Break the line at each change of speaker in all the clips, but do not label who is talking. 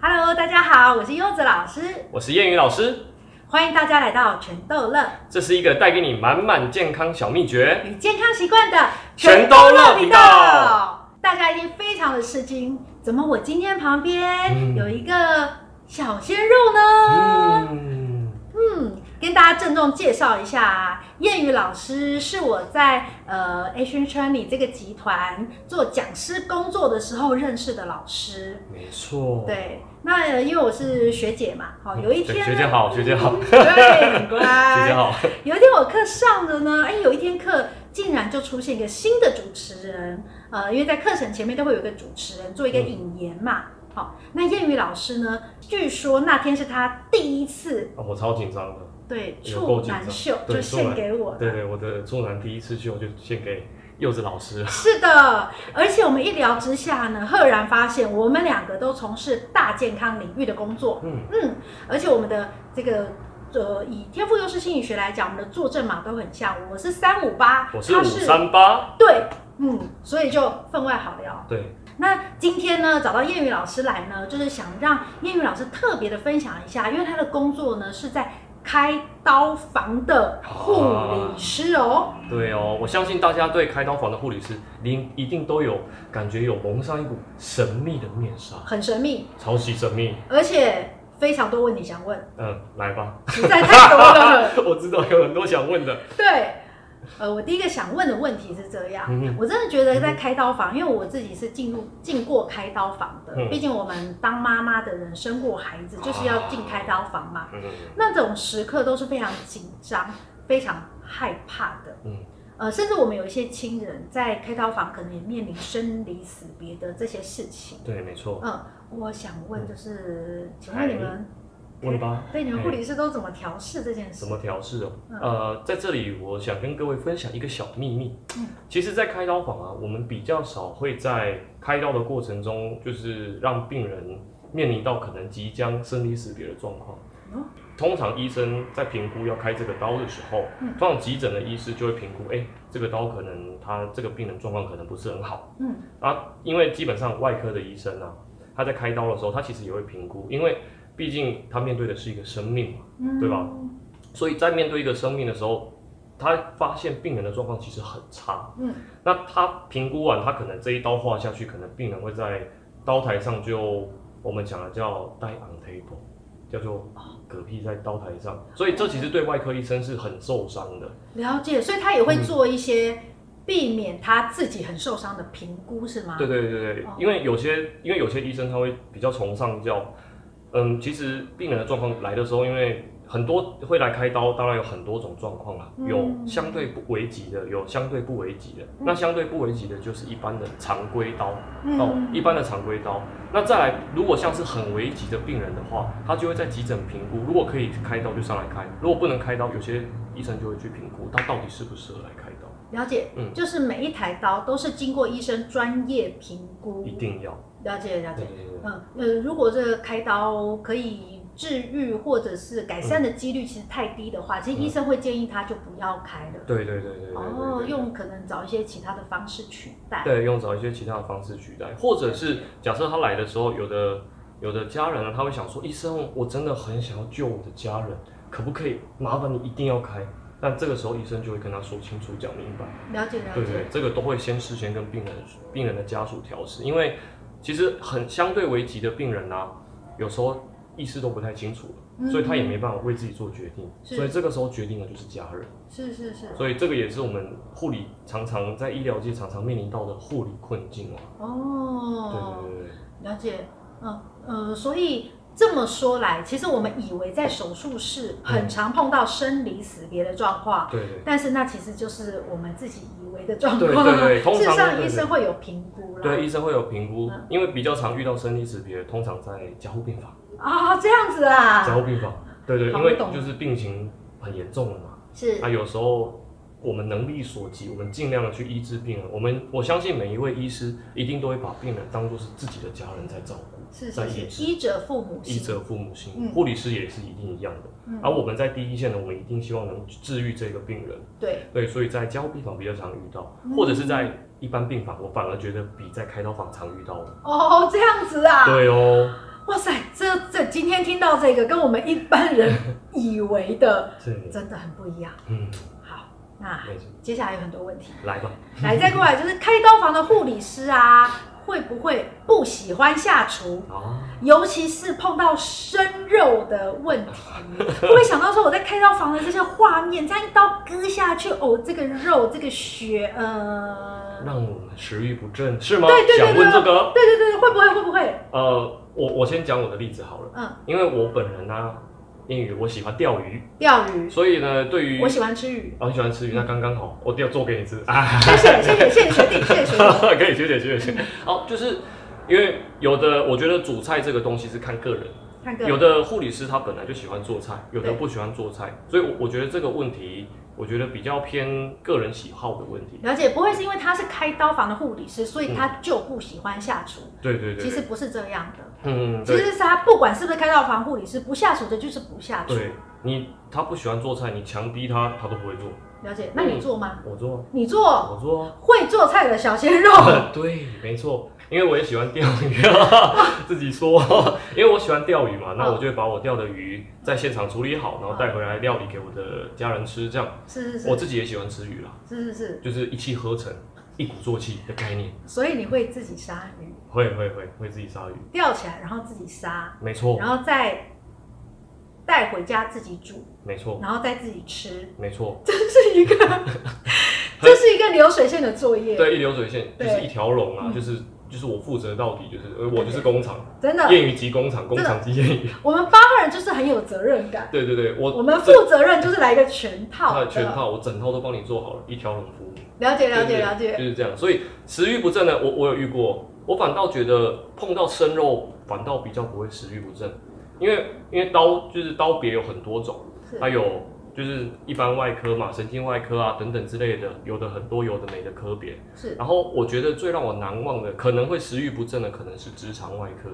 大家好，我是柚子老师，
我是谚语老师，
欢迎大家来到全豆乐
这是一个带给你满满健康小秘诀。
与健康习惯的
全都乐频道。
大家一定非常的吃惊，怎么我今天旁边
嗯
有一个小鲜肉呢？
嗯，
嗯，跟大家郑重介绍一下啊，谚语老师是我在呃 Asian Training 这个集团做讲师工作的时候认识的老师。
没错，
对，那呃因为我是学姐嘛，好，有一
对
天呢嗯
学姐好，学 姐好，学
对，很 乖，
姐好，
有一天我课上着呢，哎，有一天课竟然就出现一个新的主持人，呃，因为在课程前面都会有一个主持人做一个引言嘛。好、那谚语老师呢，据说那天是他第一次
哦我超紧张的。
对
有够
处
紧
男
张
秀，
对
就献给我
对
了。
对，我的中南第一次去，我就献给柚子老师。
是的，而且我们一聊之下呢，赫然发现我们两个都从事大健康领域的工作。
嗯，
嗯，而且我们的这个呃，以天赋优势心理学来讲，我们的坐证码都很像。我是三五八，
我是
他
五三八，
对，嗯，所以就分外好聊。
对，
那今天呢，找到谚语老师来呢，就是想让谚语老师特别的分享一下，因为他的工作呢是在开刀房的护理师哦。
对哦，我相信大家对开刀房的护理师，您一定都有感觉有蒙上一股神秘的面纱，
很神秘，
超级神秘。
而且非常多问题想 问，
嗯，来吧，
实在太多了。
我知道有很多想问的。
对，呃，我第一个想问的问题是这样，
嗯
我真的觉得在开刀房，因为我自己是进入进过开刀房的，
嗯
毕竟我们当妈妈的人生过孩子，就是要进开刀房嘛。
嗯
那种时刻都是非常紧张、非常害怕的。
嗯
呃，甚至我们有一些亲人在开刀房可能也面临生离死别的这些事情。
对，没错。
嗯，我想问，就是请问你们
问吧。
对你们
哎
护理师都怎么调试这件事
怎？么调试哦？
嗯
呃，在这里我想跟各位分享一个小秘密。
嗯
其实，在开刀房啊，我们比较少会在开刀的过程中，就是让病人面临到可能即将生离死别的状况。
哦
通常医生在评估要开这个刀的时候，
嗯
通常急诊的医师就会评估，哎、这个刀可能他这个病人状况可能不是很好。
嗯
啊，因为基本上外科的医生啊，他在开刀的时候，他其实也会评估，因为毕竟他面对的是一个生命嘛，
嗯，
对吧？所以在面对一个生命的时候，他发现病人的状况其实很差。
嗯，
那他评估完，他可能这一刀划下去，可能病人会在刀台上就我们讲的叫 die on table，叫做嗝屁在刀台上。所以这其实对外科医生是很受伤的。
了解，所以他也会做一些避免他自己很受伤的评估，是吗？
对对对对
哦，
因为有些因为有些医生他会比较崇尚叫，嗯，其实病人的状况来的时候，因为很多会来开刀，当然有很多种状况啦，
嗯
有相对不危急的，有相对不危急的。那相对不危急的就是一般的常规刀
嗯
哦，一般的常规刀。那再来，如果像是很危急的病人的话，他就会在急诊评估，如果可以开刀就上来开，如果不能开刀，有些医生就会去评估他到底适不适合来开刀，
了解，
嗯
就是每一台刀都是经过医生专业评估，
一定要。
了解了
对
解。
对对对
嗯呃，如果这个开刀可以治愈或者是改善的几率其实太低的话，其实医生会建议他就不要开了。
对对对嗯对对对。
哦，
对
用可能找一些其他的方式取代。
对，用找一些其他的方式取代，或者是假设他来的时候，有的有的家人呢，啊他会想说，医生，我真的很想要救我的家人，可不可以麻烦你一定要开？但这个时候医生就会跟他说清楚、讲明白，
了解了
对
解
对，，这个都会先事先跟病人、病人的家属调试，因为其实很相对危急的病人啊，有时候意识都不太清楚了，所以他也没办法为自己做决定，
嗯是
所以这个时候决定的就是家人。
是是是。
所以这个也是我们护理常常在医疗界常常面临到的护理困境哦。对
哦，
对对对，
了解。嗯呃，所以这么说来，其实我们以为在手术室很常碰到生离死别的状况，
对嗯对
但是那其实就是我们自己以为的状
对
况。
对对通常
事实上
对对
医生会有评估啦。
对，医生会有评估
嗯，
因为比较常遇到生离死别，通常在加护病房。
啊、这样子啊，
加护病房，对对，
好
因为
懂
就是病情很严重了嘛。
是
那有时候我们能力所及，我们尽量的去医治病人。我们我相信每一位医师一定都会把病人当做是自己的家人在照顾。
是
在
是
医
是，
治
医者父母
医
心，
者父母心
嗯，
护理师也是一定一样的。
嗯
而我们在第一线呢，我们一定希望能治愈这个病人。
对，
对，所以在加护病房比较常遇到
嗯，
或者是在一般病房，我反而觉得比在开刀房常遇到。
哦，这样子啊，
对哦，
哇塞，这这今天听到这个，跟我们一般人以为的
对，
真的很不一样。
嗯，
好，那
没错，
接下来有很多问题，
来吧，
来再过来就是开刀房的护理师啊，会不会不喜欢下厨？
啊，
尤其是碰到生肉的问题，会不会想到说我在开刀房的这些画面，这样一刀割下去，哦，这个肉，这个血，呃，
让我们食欲不振是吗？
对对对
想问这个？
对对对，会不会会不会？
呃，我我先讲我的例子好了，
嗯，
因为我本人呢、啊，英语我喜欢钓鱼，
钓鱼，
所以呢，对于
我喜欢吃鱼。
我很喜欢吃鱼，那刚刚好，我钓做给你吃 啊。
谢谢谢谢谢谢学弟，谢谢学弟。
可以学姐学姐学姐。好，就是因为有的，我觉得主菜这个东西是看个人，
看个
有
人，
的护理师他本来就喜欢做菜，有的
对
不喜欢做菜，所以我我觉得这个问题，我觉得比较偏个人喜好的问题。
了解，不会是因为他是开刀房的护理师，所以他就不喜欢下厨。
对对对，
其实不是这样的，
嗯，
其
对
实是他不管是不是开刀房护理师，不下厨的就是不下厨。
对，你他不喜欢做菜，你强逼他，他都不会做。
了解，那你做吗？
我做
你
啊，
做
我做啊。
会做菜的小鲜肉。
对，没错，因为我也喜欢钓鱼，啊 自己说，因为我喜欢钓鱼嘛，那我就会把我钓的鱼在现场处理好，然后带回来料理给我的家人吃，这样。
是是
我
是
自己也喜欢吃鱼啦，
是是是，
就是一气呵成、一鼓作气的概念。
所以你会自己杀鱼，
会会会会自己杀鱼，
钓起来然后自己杀，
没错
然后再带回家自己煮，
没错
然后再自己吃，
没错，
这是 一个这是一个流水线的作业，
对，一流水线就
对
是一条龙啊，
嗯
就是就是我负责到底，就是呃我就是工厂，
真的，
谚语即工厂，工厂即谚语。
我们八号人就是很有责任感，
对对对，我
我们
这
负责任就是来一个全套
它
的
的哦全，套，我整套都帮你做好了，一条龙服务。
了解了
对哎
解了解，
就是这样。所以食欲不振呢，我我有遇过，我反倒觉得碰到生肉反倒比较不会食欲不振，因为因为刀就是刀别有很多种
是，
它有就是一般外科嘛，神经外科啊等等之类的，有的很多，有的没的科别。
是
然后我觉得最让我难忘的，可能会食欲不振的，可能是直肠外科。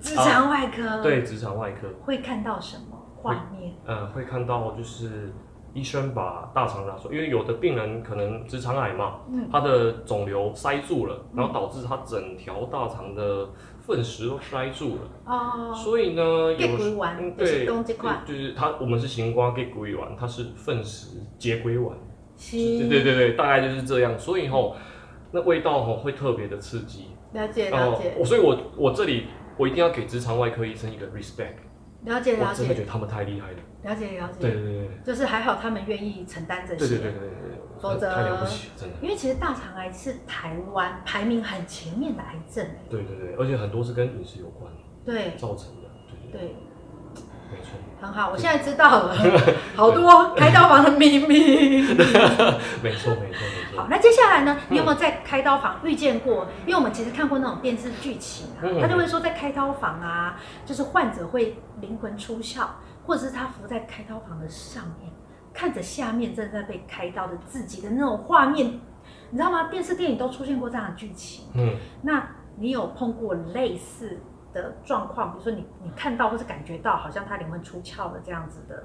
直肠外科，
对，直肠外科，
会看到什么画面？
呃，会看到就是医生把大肠拿出来，因为有的病人可能直肠癌嘛，
嗯
他的肿瘤塞住了，然后导致他整条大肠的粪石都塞住了，
哦，
所以呢，
给
有
骨丸
嗯
就是
对，
东这块，
就是他我们是行瓜给骨丸，它是粪石结龟丸，对
对
对对对，大概就是这样，所以吼，那味道吼会特别的刺激，
了解了
哦
解，
我所以我我这里我一定要给直肠外科医生一个 respect，
了解
我
了
真的觉
解
得他们太厉害了，
了解了解，
对对对对。
就是还好他们愿意承担这
对对
些，
对对对对，
否则
太了不起了，真的。
因为其实大肠癌是台湾排名很前面的癌症，哎
对对对，而且很多是跟饮食有关
对
造成的，对
对，
对对，没错，
很好，我现在知道了好多开刀房的秘密。
没错没错没
好
错，，
那接下来呢？你有没有在开刀房遇见过？因为我们其实看过那种电视剧情啊，
嗯
他就会说在开刀房啊，就是患者会灵魂出窍，或者是他伏在开刀房的上面，看着下面正在被开刀的自己的那种画面，你知道吗？电视电影都出现过这样的剧情。
嗯，
那你有碰过类似的状况？比如说你你看到或是感觉到好像他灵魂出窍了这样子的，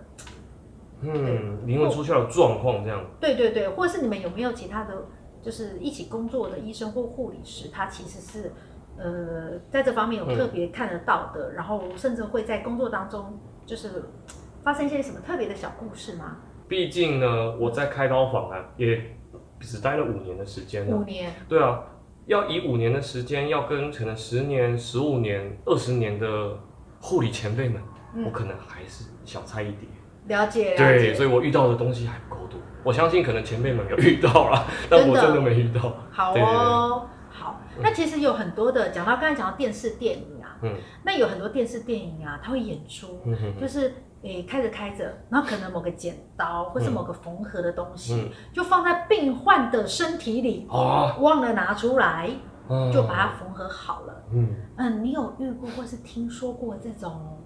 嗯，灵魂出窍的状况这样，
对对对，或是你们有没有其他的，就是一起工作的医生或护理师，他其实是呃在这方面有特别看得到的，然后甚至会在工作当中就是发生一些什么特别的小故事吗？
毕竟呢，我在开刀房啊，也只待了五年的时间
五
了，
年，
对啊，要以五年的时间，要跟可能十年、十五年、二十年的护理前辈们，
嗯
我可能还是小菜一碟。
了解了
对，
解。
所以我遇到的东西还不够多。我相信可能前辈们有遇到啦，但
真
我
的
真的没遇到。
好哦，好。那其实有很多的，讲到刚才讲到电视电影啊，
嗯
那有很多电视电影啊，它会演出，
嗯哼哼
就是诶开着开着，然后可能某个剪刀或是某个缝合的东西，
嗯
就放在病患的身体里，
啊
忘了拿出来，
嗯
就把它缝合好了。
嗯
嗯，你有遇过或是听说过这种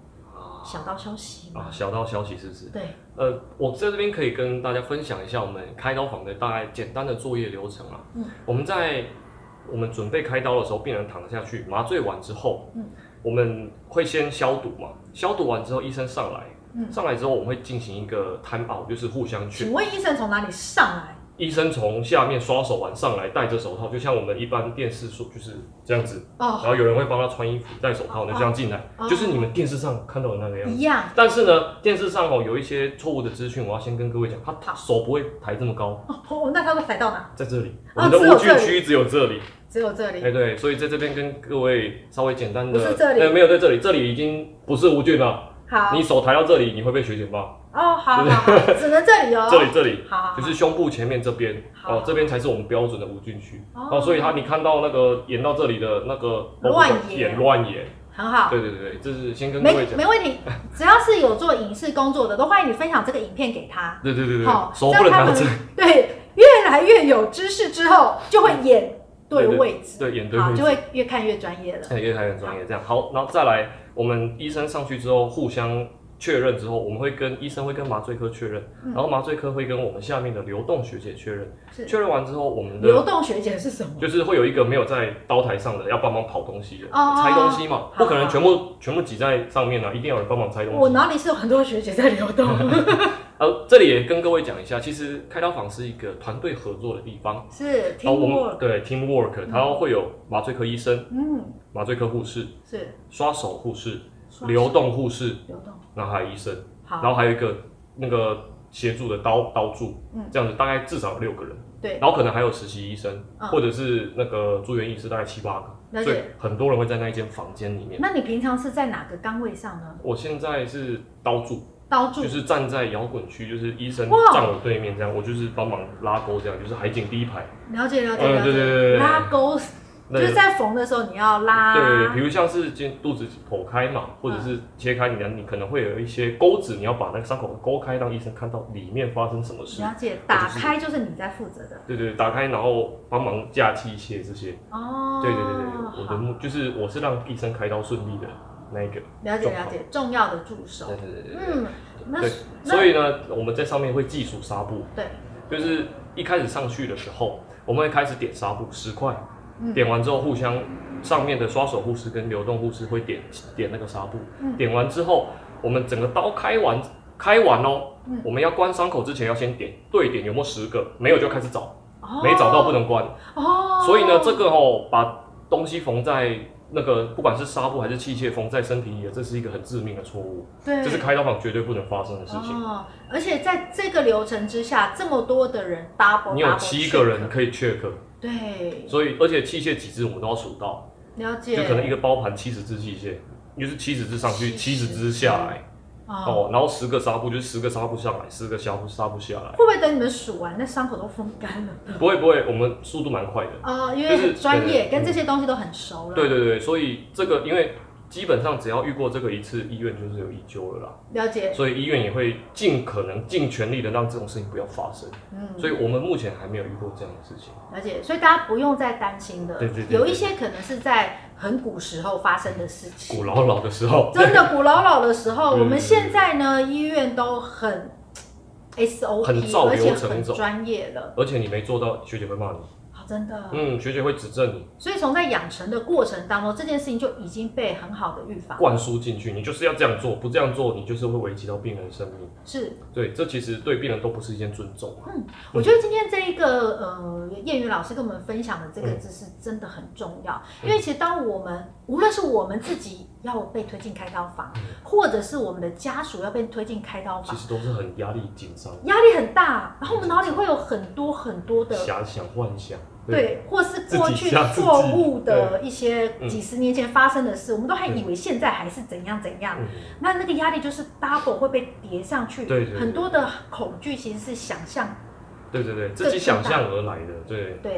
小道消息
啊，
吗？
小道消息是不是？
对，
呃，我在这边可以跟大家分享一下我们开刀房的大概简单的作业流程啊。
嗯，
我们在我们准备开刀的时候，病人躺下去，麻醉完之后，
嗯，
我们会先消毒嘛，消毒完之后医生上来，
嗯
上来之后我们会进行一个 time out，就是互相确
请问医生从哪里上来？
医生从下面刷手腕上来，戴着手套，就像我们一般电视说就是这样子，然
哦，
后有人会帮他穿衣服、戴手套，那这样进来，
哦
就是你们电视上看到的那个样子
一。样
但是呢，电视上哦有一些错误的资讯，我要先跟各位讲，他他手不会抬这么高，
哦哦，那它会踩到哪？
在这里，我
哦
们的
只有
无
这
菌
里
区只有这里，
只有这里
哎对，所以在这边跟各位稍微简单
不
的，
是这里
哎没有在这里，这里已经不是无菌了，
好
你手抬到这里你会被血检报，
哦，好好好，只能这里哦，
这里这里。
好好好
就是胸部前面这边
好
哦，这边才是我们标准的无菌区
哦
哦，所以他你看到那个演到这里的那个哦
乱演
演乱演，
很好。
对对对对，这是先跟各位
没
讲，
没问题，只要是有做影视工作的，都欢迎你分享这个影片给他。
对对对对，
好，
手
这
不能
样他
抬到
们
这里，
对越来越有知识之后，就会演对位置，
对演对
好
位置
就。会越看越专业了。
哎，越来越专业，这样好，然后再来，我们医生上去之后互相确认之后，我们会跟医生会跟麻醉科确认，然后麻醉科会跟我们下面的流动学姐确认，
嗯是
确认完之后，我们
流
的
动学姐是什么？
就是会有一个没有在刀台上的要帮忙跑东西的，
哦
拆东西嘛，不可能
好
全部全部挤在上面啊，一定要有人帮忙拆东
我
西。
脑里是有很多学姐在流动，
呃，这里也跟各位讲一下，其实开刀房是一个团队合作的地方，
是
然后我
team
们
work，
对 team work，它会有麻醉科医生、
嗯，
麻醉科护士、
是
刷手护士、
刷手
流动护士，
流动，
然后还有医生。然
好，
后还有一个那个协助的刀刀助，
嗯
这样子大概至少有六个人，
对，
然后可能还有实习医生、
嗯
或者是那个住院医师，大概七八个，
了解
所以很多人会在那一间房间里面。
那你平常是在哪个岗位上呢？
我现在是刀助，
刀助
就，是站在摇滚区，就是医生
哇
站我对面这样，我就是帮忙拉钩这样，就是海景第一排。
了解了解
嗯
了
对对对
解，
对
拉钩就
那
是在啊缝的时候你要拉，
对，比如像是肩肚子剖开嘛，或者
嗯
是切开你的，你可能会有一些钩子，你要把那个伤口勾开，让医生看到里面发生什么事。
了解，打开就是你在负责的
对对，打开然后帮忙架器械这些。
哦，
对对对对，我的
好
目就是我是让医生开刀顺利的那一个。
了解了解，重要的助手，
对对对
嗯，那
对，
那
所以呢，我们在上面会技术纱布，
对，
就是一开始上去的时候，我们会开始点纱布十块，
嗯
点完之后互相上面的刷手护士跟流动护士会点点那个纱布，
嗯
点完之后，我们整个刀开完开完哦。
嗯
我们要关伤口之前要先点对点有没有十个，没有就开始找，
哦
没找到不能关。
哦，
所以呢，这个哦，把东西缝在那个不管是纱布还是器械缝在身体里的，这是一个很致命的错误，
对
这是开刀房绝对不能发生的事情。
哦，而且在这个流程之下，这么多的人 double，
你有
double
七
check
个人，可以 check，
对，
所以而且器械几只我们都要数到，
了解，
就可能一个包盘七十只器械，就是七十只上去，七
70
十只下来
哦，
哦，然后十个纱布就是十个纱布上来，十个纱布纱布下来
会，不会等你们数完，那伤口都风干了？
不会不会，我们速度蛮快的。
哦，因为
就是
很专
对
业，
对嗯
跟这些东西都很熟了，
对，对对，所以这个因为基本上只要遇过这个一次，医院就是有医纠了啦。
了解，
所以医院也会尽可能、尽全力的让这种事情不要发生。
嗯，
所以我们目前还没有遇过这样的事情。
了解，所以大家不用再担心了，
对对对对
有一些可能是在很古时候发生的事情，
古老老的时候，
真的古老老的时候，
对
我们现在呢医院都很 SOP，
很照
而且
流程
很
走
专业了，
而且你没做到，学姐会骂你。
啊，真的。
嗯，学姐会指正你，
所以从在养成的过程当中，这件事情就已经被很好的预防，
灌输进去，你就是要这样做，不这样做，你就是会危及到病人的生命。
是
对，这其实对病人都不是一件尊重啊。
我觉得今天这一个呃，谚语老师跟我们分享的这个知识真的很重要，
嗯
因为其实当我们无论是我们自己要被推进开刀房，或者是我们的家属要被推进开刀
嗯其
房，
实都是很压力、紧张、
压力很大，然后我们脑里会有很多很多的
遐想、幻想。，
对，或是过
自己
去
吓自己
错误的一些
嗯
几十年前发生的事，我们都还以为现在还是怎样怎样，
嗯，
那那个压力就是 double 会被叠上去，
对对对
很多的恐惧其实是想象，
对对对，自己想象而来的。对
对。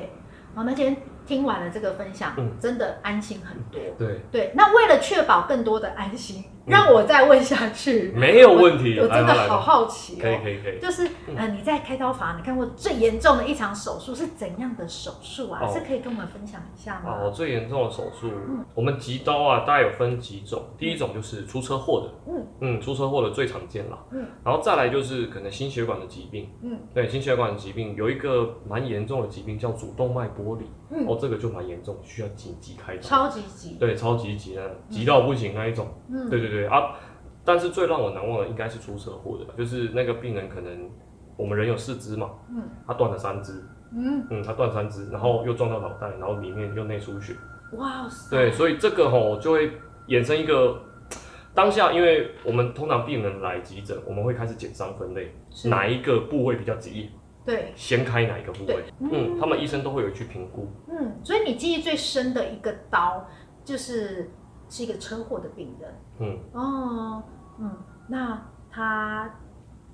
然后那今天听完了这个分享，
嗯
真的安心很多。
对，
对，那为了确保更多的安心，让我再问下去，
嗯没有问题。
我
来
真
吧
的
来
好
吧，
好奇
可以
哦。
可以可以。
就是，呃，你在开刀房，你看过最严重的一场手术是怎样的手术啊？
哦
这可以跟我们分享一下吗？嗯
哦，最严重的手术，我们急刀啊，大概有分几种。第一种就是出车祸的，
嗯
出车祸的最常见啦。
嗯
然后再来就是可能心血管的疾病，
嗯，
对，心血管的疾病有一个蛮严重的疾病叫主动脉剥离，
嗯
哦，这个就蛮严重，需要紧急开刀，
超级急，
对，超级急的，急到不行那一种。
嗯
对对对啊，但是最让我难忘的应该是出车祸的，就是那个病人可能我们人有四肢嘛，
嗯
他断了三肢，
嗯，
嗯，他断三肢，然后又撞到脑袋，然后里面又内出血，
哇塞，
对，所以这个吼就会衍生一个当下，因为我们通常病人来急诊，我们会开始减伤分类，
是
哪一个部位比较急，
对，
先开哪一个部位
对，
嗯，他们医生都会有去评估，
嗯，所以你记忆最深的一个刀，就是是一个车祸的病人。
嗯，
哦，嗯，那他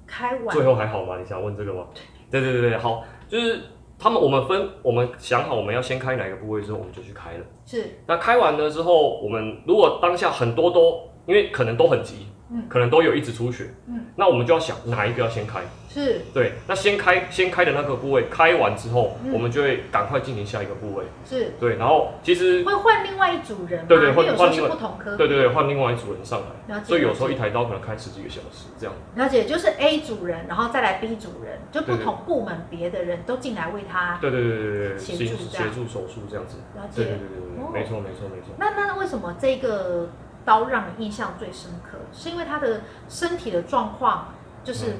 开完
最后还好吗？你想问这个吗？对对对对，好，就是他们我们分，我们想好我们要先开哪一个部位之后，我们就去开了。
是
那开完了之后，我们如果当下很多都因为可能都很急，
嗯
可能都有一直出血，
嗯，
那我们就要想哪一个要先开。
是
对，那先开先开的那个部位，开完之后，
嗯
我们就会赶快进行下一个部位。
是，
对，然后其实
会换另外一组人吗？
对对
因为
换
有时候
换
是
另外
不同科。
对对对，换另外一组人上
了
来，
解
所以有时候一台刀可能开十几个小时这样。
了解，就是 A 组人，然后再来 B 组人，就不
对对
同部门别的人都进来为他
对对对对对对，
啊协
协
助这
协
样
助手术这样子。
了
对对
解
对。对
哦
对，没错没错没错。
那那为什么这个刀让你印象最深刻？是因为他的身体的状况就是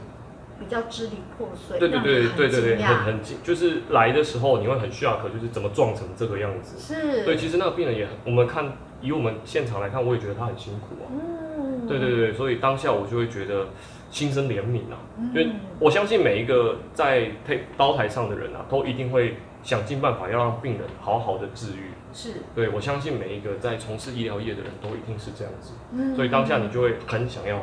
比较支离破碎，
嗯对对对对对对，
让
很
你很惊讶
很近，就是来的时候你会很 shock，就是怎么撞成这个样子。
是，
对，其实那个病人也很，我们看以我们现场来看，我也觉得他很辛苦啊。
嗯，
对对对，所以当下我就会觉得心生怜悯啊。
嗯，
因为我相信每一个在配刀台上的人啊，都一定会想尽办法要让病人好好的治愈。
是，
对我相信每一个在从事医疗业的人都一定是这样子，
嗯
所以当下你就会很想要，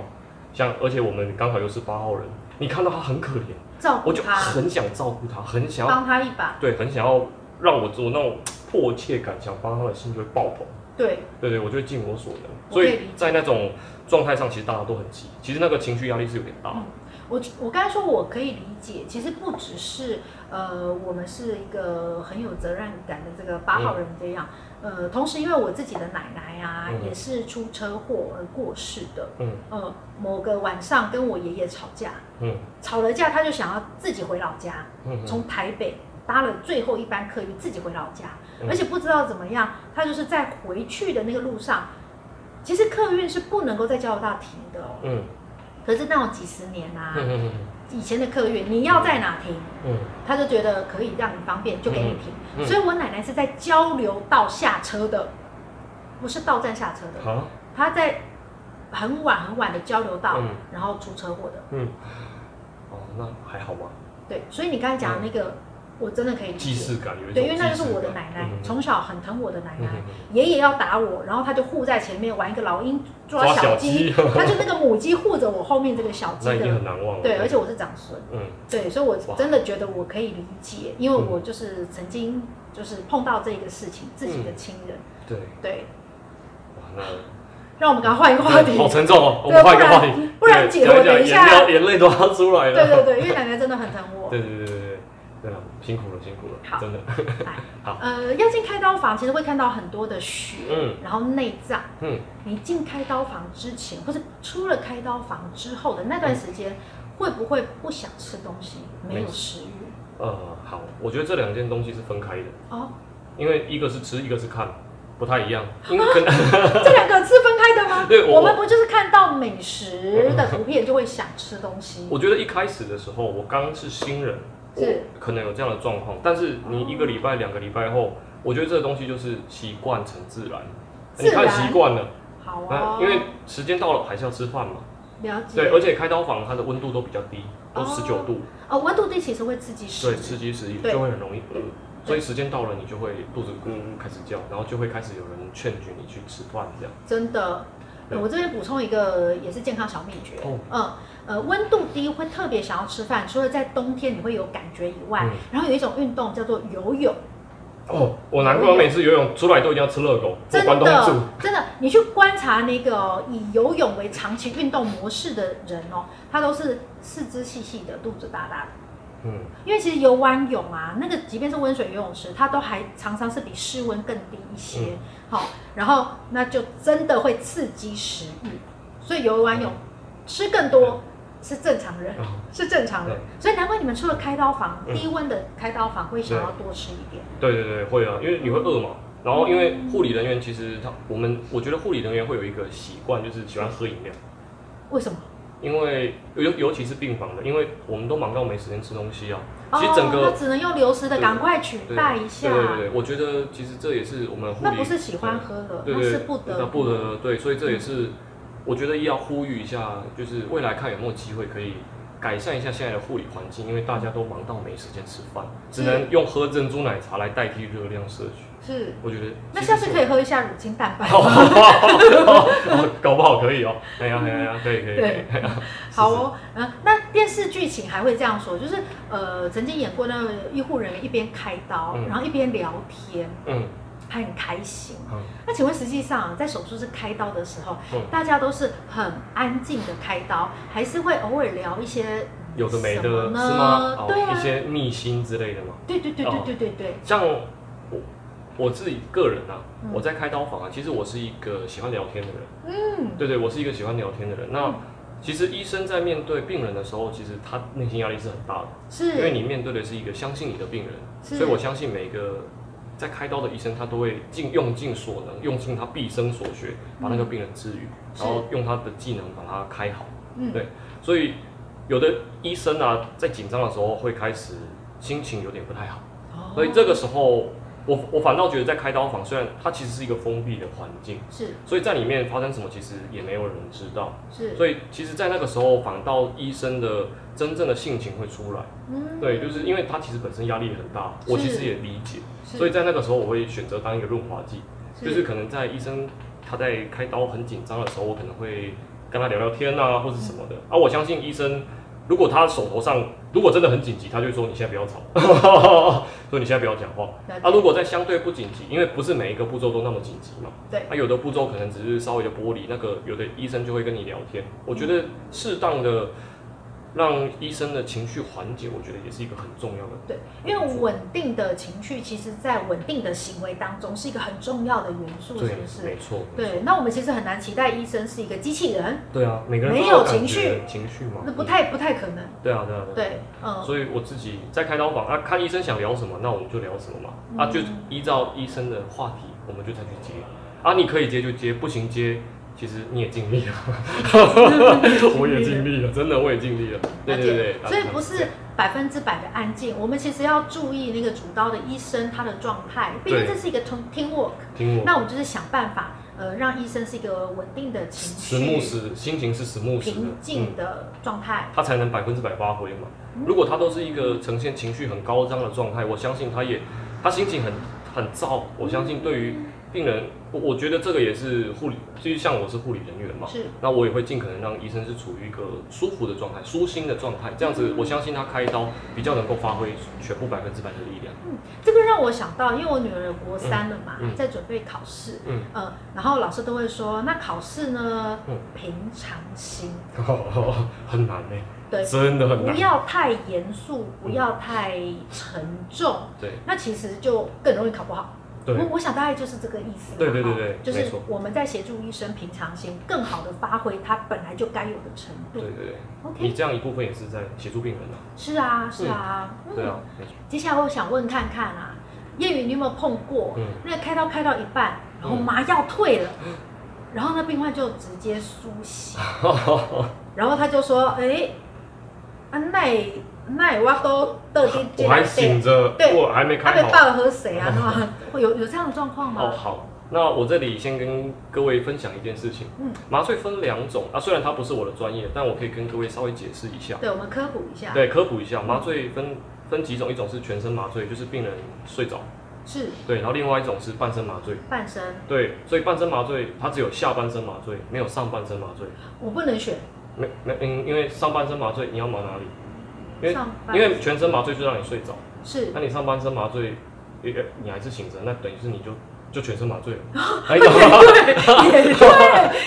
像而且我们刚好又是八号人，你看到他很可怜，
照顾
我就
他，
很想照顾他，很想要
帮他一把，
对，很想要让我做那种迫切感，想帮他的心就会爆棚。
对，
对对，我就会尽我所能，
我
所
可以理
以
解
在那种状态上，其实大家都很急，其实那个情绪压力是有点大的。
我我刚才说我可以理解，其实不只是呃，我们是一个很有责任感的这个八号人这样，呃，同时因为我自己的奶奶啊、
嗯
也是出车祸而过世的，
嗯
呃，某个晚上跟我爷爷吵架，
嗯
吵了架他就想要自己回老家，
嗯，嗯
从台北搭了最后一班客运自己回老家，
嗯
而且不知道怎么样，他就是在回去的那个路上，其实客运是不能够在交流道停的哦。
嗯
可是那种几十年啊，
嗯嗯
以前的客运你要在哪停，
嗯
他就觉得可以让你方便，就给你停。
嗯嗯
所以我奶奶是在交流道下车的，不是到站下车
嗯，
的，
好。
她在很晚很晚的交流道，
嗯
然后出车祸的。
嗯，哦，那还好吧，
对，所以你刚才讲的那
嗯
个，我真的可以理
既
解。
视感有一种
对，因为那
既
就
视
是我的
感
奶啊奶，
嗯
从小很疼我的奶奶
嗯嗯，
爷爷要打我，然后他就护在前面玩一个老鹰抓
抓
小
小
鸡，
鸡
他就那个母鸡护着我后面这个小鸡
那一定
的
很，难忘了。啊
对，而且我是长孙，
嗯
对，所以我
哇嗯
真的觉得我可以理解，因为我就是曾经就是碰到这个事情，自己的亲人，
对，
对，
哇那
让我们赶快换一个话题，
好沉重哦，我
对
们换
不
一个话题，
然不然
对
姐，我
讲
等一
讲
下，
眼泪眼泪都要出来
对
了。
对对，因为奶奶真的很疼我，
对对对对对对啊，辛苦了辛苦
好
了，真的，
呃，要进开刀房其实会看到很多的血，
嗯
然后内脏。
嗯
你进开刀房之前，或者出了开刀房之后的那段时间，会不会不想吃东西，没有食欲？
呃好，我觉得这两件东西是分开的，
哦，
因为一个是吃，一个是看，不太一样。因为可能
这两个是分开的吗？
对我
们不就是看到美食的图片就会想吃东西
？我觉得一开始的时候，我刚是新人，我
是
可能有这样的状况，但是你一个礼拜、两个礼拜后，我觉得这个东西就是习惯成自然，
自
你
然
看习惯了。
好哦
那，因为时间到了还是要吃饭嘛，
了解。
对，而且开刀房它的温度都比较低，都
哦
十九度，
哦，温度低其实会刺激食
所以
欲。
吃鸡食欲
对嗯
就会很容易饿，
对嗯
所以时间到了你就会肚子咕咕开始叫，然后就会开始有人劝举你去吃饭这样。
真的。嗯
对
我这边补充一个也是健康小秘诀，
哦
嗯，呃，温度低会特别想要吃饭，除了在冬天你会有感觉以外，
嗯
然后有一种运动叫做游泳，
哦，我难怪我每次游泳出来都一定要吃热狗或
真
关东
的
煮。
真的，你去观察那个哦、以游泳为长期运动模式的人哦，他都是四肢细细的，肚子大大的，
嗯，
因为其实游完泳啊，那个即便是温水游泳池，它都还常常是比室温更低一些。
嗯
好、然后那就真的会刺激食欲，所以游完泳、吃更
嗯
多是正常人，
哦
是正常人。所以难怪你们出了开刀房，
嗯
低温的开刀房会想要多吃一点。
对对对，会啊，因为你会饿嘛。然后因为护理人员其实他我们我觉得护理人员会有一个习惯，就是喜欢喝饮料。
为什么？
因为尤尤其是病房的，因为我们都忙到没时间吃东西啊。其实整
哦、
个
那只能用流食的，
对
赶快取代一下
对。对对，我觉得其实这也是我们护理
那不是喜欢喝的，
对
那
对
是不得
那不得对，所以这也是我觉得要呼吁一下，就是未来看有没有机会可以改善一下现在的护理环境，因为大家都忙到没时间吃饭，只能用喝珍珠奶茶来代替热量摄取。
是。
我觉得
那下次可
以，
以喝一下乳清蛋白 吗。
好好好，搞不好可 以哦。哎呀哎呀，可以可以可以
对，好哦，嗯，那电视剧情还会这样说，就是呃，曾经演过那个医护人员一边开刀，
嗯
然后一边聊天，
嗯
还很开心。
嗯
那请问实际上在手术室开刀的时候，
嗯，
大家都是很安静的开刀，还是会偶尔聊一些
有的没的
什么
是
呢
吗？
对啊
一些秘辛之类的吗？
对对对对对对对，
像我我自己个人啊，
嗯
我在开刀房啊，其实我是一个喜欢聊天的人。
嗯，
对对，我是一个喜欢聊天的人。那
嗯
其实医生在面对病人的时候，其实他内心压力是很大的，
是，
因为你面对的是一个相信你的病人，
是
所以我相信每个在开刀的医生，他都会尽用尽所能，用尽他毕生所学，把那个病人治愈，
是
然后用他的技能把他开好。
嗯
对所以有的医生啊，在紧张的时候会开始心情有点不太好。
哦
所以这个时候，我我反倒觉得在开刀房，虽然它其实是一个封闭的环境，
是
所以在里面发生什么其实也没有人知道。
是，
所以其实，在那个时候，反倒医生的真正的性情会出来。
嗯
对，就是因为他其实本身压力很大，我
是
其实也理解。
是
所以在那个时候，我会选择当一个润滑剂，
是
就是可能在医生他在开刀很紧张的时候，我可能会跟他聊聊天啊，或是什么的。啊，我相信医生。如果他手头上如果真的很紧急，他就会说你现在不要吵， 说你现在不要讲话。
了解
啊，如果在相对不紧急，因为不是每一个步骤都那么紧急嘛，
对
啊，有的步骤可能只是稍微的剥离，那个有的医生就会跟你聊天。我觉
嗯
得适当的让医生的情绪缓解，我觉得也是一个很重要的。
对，因为稳定的情绪，其实在稳定的行为当中是一个很重要的元素，是不是
没？错。
对，那我们其实很难期待医生是一个机器人，
对啊，每个人
没
都
有
感
情
觉
绪
情绪嘛，嗯
那不太不太可能。
对哦啊，对啊，啊。
对，嗯，
所以我自己在开刀房啊，看医生想聊什么，那我们就聊什么嘛。
嗯
啊，就依照医生的话题，我们就再去接。啊，你可以接就接，不行接，其实你也尽力 了，我也尽力了，真的我也尽力了。对对对，啊
所以不
对
是百分之百的安静。我们其实要注意那个主刀的医生他的状态，毕竟
对
这是一个 team team work。
听我
那我们就是想办法，呃，让医生是一个稳定的情
实木
绪、
时心情是实木时的，嗯
平静的状态。
他才能百分之百发挥嘛。如果他都是一个呈现情绪很高涨的状态，我相信他也，他心情很很燥。我相信对于病人，我我觉得这个也是护理，就是像我是护理人员嘛，
是
那我也会尽可能让医生是处于一个舒服的状态、舒心的状态，这样子我相信他开刀比较能够发挥全部百分之百的力量。
这个让我想到，因为我女儿国三了嘛，
嗯嗯
在准备考试，
嗯，
呃，然后老师都会说，那考试呢，
嗯
平常心，
很难呢、
对，
真的很
不
难。嗯
要太严肃，不要太沉重，
对
那其实就更容易考不好。
对
我我想大概就是这个意思啦。
对对对
哈
对
就
没
是
错
我们在协助医生平常心，更好的发挥他本来就该有的程
对
度。
对对，你
OK，
这样一部分也是在协助病人啊。
是啊是啊，嗯
对啊，没错
接下来我想问看看啊，谚语你有没有碰过？
嗯
那开刀开到一半，然后麻药退了，然后那病患就直接苏醒，
嗯
然后他就说：“哎、啊奈奈我都到底
我还醒着，
对
我还没
他
开
被
好。
爆了喝谁啊？那 么会有有这样的状况
哦，
吗？
好，那我这里先跟各位分享一件事情。
嗯
麻醉分两种啊，虽然它不是我的专业，但我可以跟各位稍微解释一下，
对，我们科普一下，
对，科普一下，麻醉分分几种，一种是全身麻醉，就是病人睡着，
是
对，然后另外一种是半身麻醉。
半身，
对，所以半身麻醉它只有下半身麻醉，没有上半身麻醉。
我不能选
没没，嗯，因为上半身麻醉你要麻哪里？因为
上半
因为全身麻醉就让你睡着，
是
那你上半身麻醉，也也你还是醒着，那等于是你就就全身麻 醉了。哎懂吗？
也对，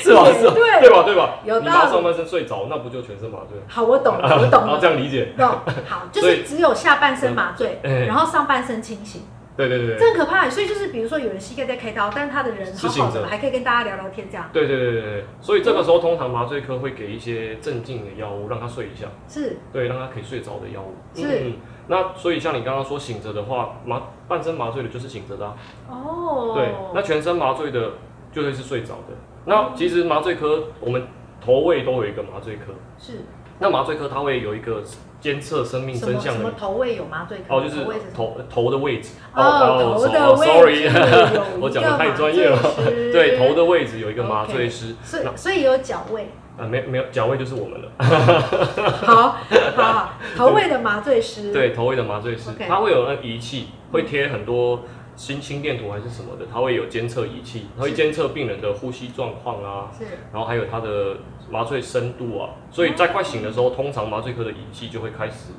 是吧？
也
是吧？
对
对吧？对吧？
有
你
道理
拿上半身睡着，那不就全身麻醉了？
好，我懂了，我 懂
然后这
了，
样理解？
懂，好，就
所
是
以
只有下半身麻醉，
哎
然后上半身清醒。
对对
这
对对
很可怕。欸所以就是比如说有人膝盖在开刀，但是他的人好
是
好
醒
的，
着
还可以跟大家聊聊天，这样
对对对对对。所以这个时候，通常麻醉科会给一些镇静的药物，让他睡一下，
是
对，让他可以睡着的药物。
是
嗯。那所以像你刚刚说醒着的话，麻半身麻醉的就是醒着的、啊，
哦。
对。那全身麻醉的就会是睡着的。那其实麻醉科我们头位都有一个麻醉科。
是
那麻醉科它会有一个监测生命
什么
真
什
相
么
的，
头位有麻醉科？
哦，就是
头位是什么
头头的位置。
哦，头的
哦
位置
，sorry，
有
我讲的太专业了。对，头
的，
的位置有一个麻
OK
醉师，
所
那
以所以有脚 位，
呃，没有没有脚位就是我们了。
好好好，头位的麻醉师，
对，头位的麻醉师
OK，
它会有那仪器，会贴很多心心电图还是什么的，它会有监测仪器，它会
是
监测病人的呼吸状况啊，
是
然后还有它的麻醉深度啊。所以在快醒的时候，
哦
通常麻醉科的仪器就会开始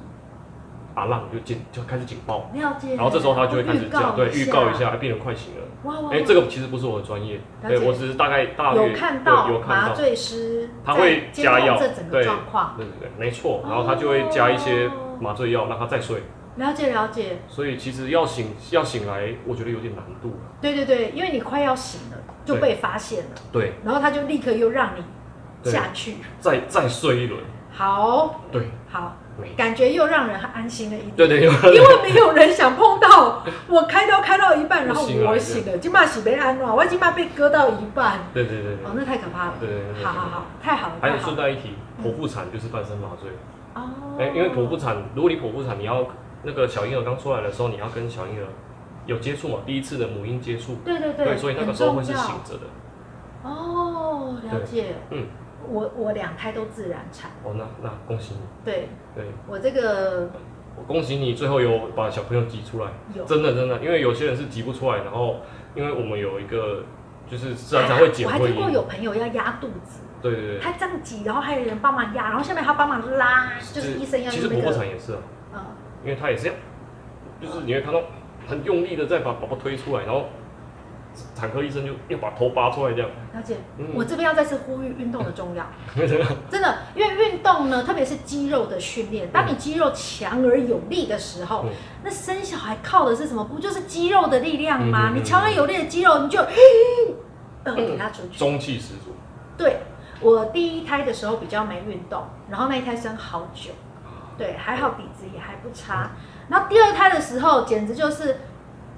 啊浪就警就开始警报，
了解。
然后这时候他就会开始
告
叫对预告一，下，哎病人快醒了。
哇哇哇，
哎，这个其实不是我的专业，
了
对
解
我只是大概大约
有看到
有有看
麻
到，
醉师
他会
在监
加
控
药，
这整个
对
状况，
对对对，没错。然后他就会加一些麻醉药让他再睡。
了解了解，
所以其实要醒要醒来，我觉得有点难度。
对对对，因为你快要醒了就被发现了，
对，
然后他就立刻又让你下去，
再再睡一轮。
好
对，
好
没，
感觉又让人安心了一点。
对对，有
因为没有人想碰 到我开刀开到一半，然后我
我
醒
醒
了，金马喜被安了，我金马被割到一半，
对对对对
哦，那太可怕了。
对对对。
好好好，太好了，
还
太
有
好
顺
了。
带一提，剖腹产就是半身麻醉。
哦
哎，因为剖腹产，如果你剖腹产，你要那个小婴儿刚出来的时候，你要跟小婴儿有接触嘛，第一次的母婴接触。
对对对，
对，所以那个时候会是
很重要
醒着的。
哦，了解。
嗯，
我我两胎都自然产，
哦，那那恭喜你。
对
对，
我这个
我恭喜你，最后有把小朋友挤出来。
有
真的真的，因为有些人是挤不出来，然后因为我们有一个就是自然才会减
哎我还
会
听过
阴。
有朋友要压肚子，
对对对。
他这样挤，然后还有人帮忙压，然后下面还要帮忙拉，就是医生要
其实
用
婆
那
婆
个，
产也是啊，
嗯，
因为她也是这样，就是你会看到很用力的在把宝宝推出来，然后产科医生就要把头拔出来这样。
了解。
嗯，
我这边要再次呼吁运动的重要，真的，因为运动呢，特别是肌肉的训练，当你肌肉强而有力的时候
嗯，
那生小孩靠的是什么？不就是肌肉的力量吗？
嗯嗯嗯嗯
你强而有力的肌肉，你就，呃，给它出去。
中气十足，
对我第一胎的时候比较没运动，然后那一胎生好久，对，还好底子也还不差。然后第二胎的时候，简直就是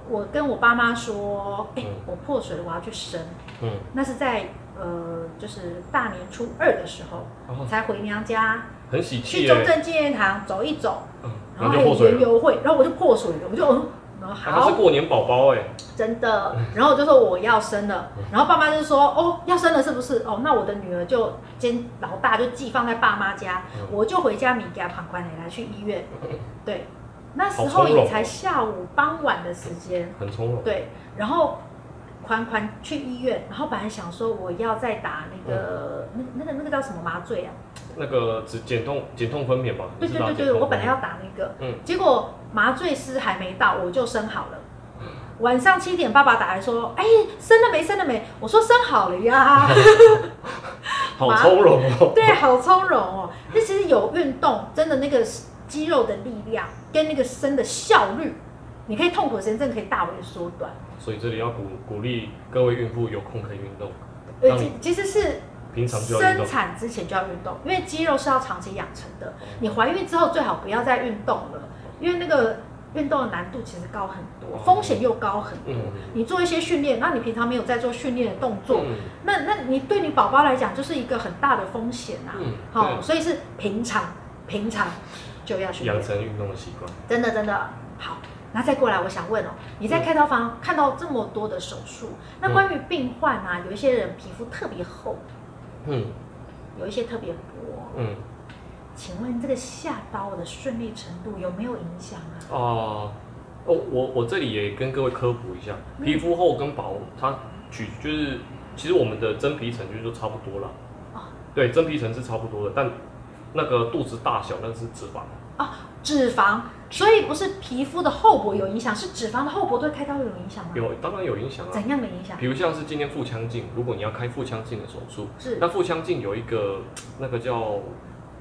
我跟我爸妈说，哎、
嗯
我破水了，我要去生。
嗯，
那是在呃，就是大年初二的时候
然后
才回娘家，
很喜气
去
耶、
中正纪念堂走一走，
嗯，
然
然
后还有
后就破水
园
了。
游会，然后我就破水了，我就嗯，然后
啊他
好
是，过年宝宝哎，
真的。然后我就说我要生了，
嗯
然后爸妈就说哦要生了是不是？哦，那我的女儿就兼老大就寄放在爸妈家，
嗯
我就回家米家旁观奶奶去医 院。对，那时
好
候
从容
也
哦
才下午傍晚的时间，
很从容。
对，然后。宽宽去医院，然后本来想说我要再打那个、
嗯
那那个那个叫什么麻醉啊？
那个止减痛减痛分娩吧，
对对
你是打
对
减
对，
痛
我本
分
来
娩
要打那个，
嗯
结果麻醉师还没到，我就生好了。晚上七点，爸爸打来说：“哎，生了没？生了没？”我说：“生好了呀。
好从容哦”
对，好从容哦。那其实有运动，真的那个肌肉的力量跟那个生的效率，你可以痛苦的时间真的可以大为缩短。
所以这里要鼓鼓励各位孕妇有空可以运动，
呃，
让
其
你
其实是
平常就要运
生
动。
产之前就要运动，因为肌肉是要长期养成的。你怀孕之后最好不要再运动了，因为那个运动的难度其实高很多，
哦
风险又高很多。
嗯
你做一些训练，那你平常没有在做训练的动作，
嗯
那那你对你宝宝来讲就是一个很大的风险啊。
嗯，
好、所以是平常平常就要训
对
练
养，成运动的习惯。
真的真的好。那再过来，我想问哦，你在开刀
嗯
房看到这么多的手术，那关于病患啊，有一些人皮肤特别厚，
嗯
有一些特别薄，
嗯。
请问这个下刀的顺利程度有没有影响啊？
哦，哦，我我这里也跟各位科普一下，
嗯
皮肤厚跟薄，它取就是其实我们的真皮层就是都差不多了。
哦
对，真皮层是差不多的，但那个肚子大小那是脂肪，
脂肪，所以不是皮肤的厚薄有影响，是脂肪的厚薄对开刀有影响吗？
有当然有影响啊。
怎样的影响？
比如像是今天腹腔镜，如果你要开腹腔镜的手术，
是
那腹腔镜有一个那个叫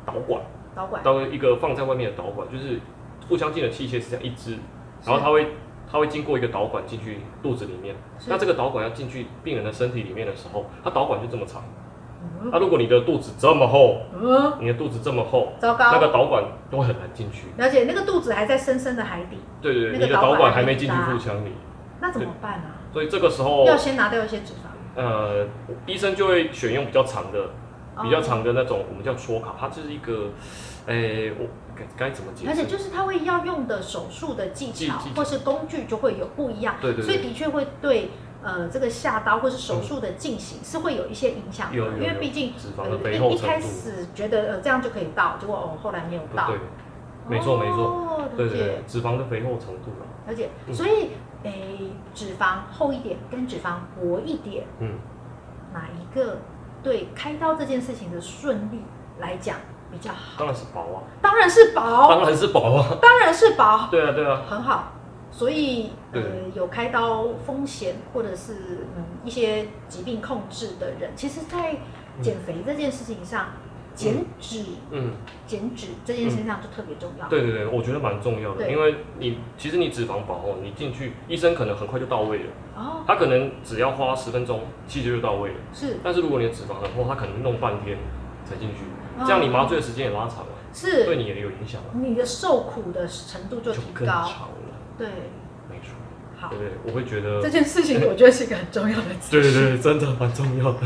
导管，
导管，
当一个放在外面的导管，就是腹腔镜的器械是这样一支，然后它会它会经过一个导管进去肚子里面。
是
那这个导管要进去病人的身体里面的时候，它导管就这么长。
嗯
那、如果你的肚子这么厚，
嗯，
你的肚子这么厚，
糟
那
糕，
个导管都很难进去。
了解，那个肚子还在深深的海底，
对对
那
对，
个
你的导管还
导管还没
没进去
搭
腹腔里，
那怎么办啊？
所以这个时候，
要先拿掉一些脂肪，
呃，医生就会选用比较长的
哦
比较长的那种，我们叫戳卡，它就是一个，诶、我该该怎么解释？
而且就是他会要用的手术的技巧
技技巧
或是工具就会有不一样，
对对
所以
对，
的确会对呃这个下刀或是手术的进行是会有一些影响的，
有有有
因为毕竟
脂肪
呃
的肥
一
厚
一
程
开
度
始觉得呃这样就可以到，结果哦后来没有
不
到
对，，没错没错
哦，
对
了
对对
解，
脂肪的肥厚程度啊，
了解，
嗯
所以诶脂肪厚一点跟脂肪薄一点，
嗯，
哪一个对开刀这件事情的顺利来讲比较好？
当然是薄啊，
当然是薄，
当然是薄啊，
当然是薄，
对啊对啊，
很好。所以呃
对，
有开刀风险或者是嗯一些疾病控制的人，其实，在减肥这件事情上，减脂
嗯。
减脂这件事情上就特别重要。
对对对，我觉得蛮重要的，
对
因为你其实你脂肪薄哦，你进去医生可能很快就到位了，
哦，
他可能只要花十分钟，其实就到位了。
是
但是如果你的脂肪很厚，他可能弄半天才进去，
嗯
这样你麻醉的时间也拉长了，对
是，
你也有影响了，
你的受苦的程度就
就
提
更
高。
长了，
对，
没错，
好
对，对，我会觉得
这，件事情我觉得是一个很重要的资
对
讯。
对对，真的蛮重要的，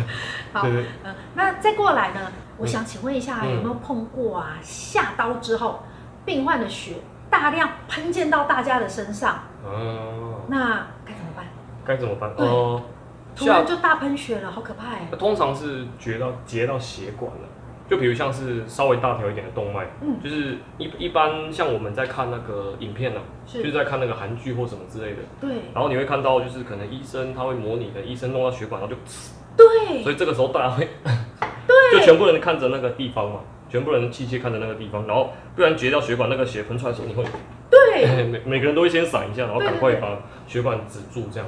好
对对，
呃，那再过来呢？我
嗯
想请问一下，
嗯
有没有碰过啊？下刀之后，病患的血大量喷溅到大家的身上，
嗯，
那该怎么办？
该怎么办？
对
哦，
突然就大喷血了，好可怕哎！
通常是截到截到血管了，就比如像是稍微大条一点的动脉，
嗯
就是一一般像我们在看那个影片呢、啊，就是
是，
在看那个韩剧或什么之类的，
对
然后你会看到就是可能医生他会模拟的医生弄到血管，然后就，
对
所以这个时候大家会，就全部人看着那个地方嘛，全部人器械看着那个地方，然后不然截到血管那个血喷出来的时候，你会
对，
每每个人都会先闪一下，然后赶快
对对对
把血管止住，这样，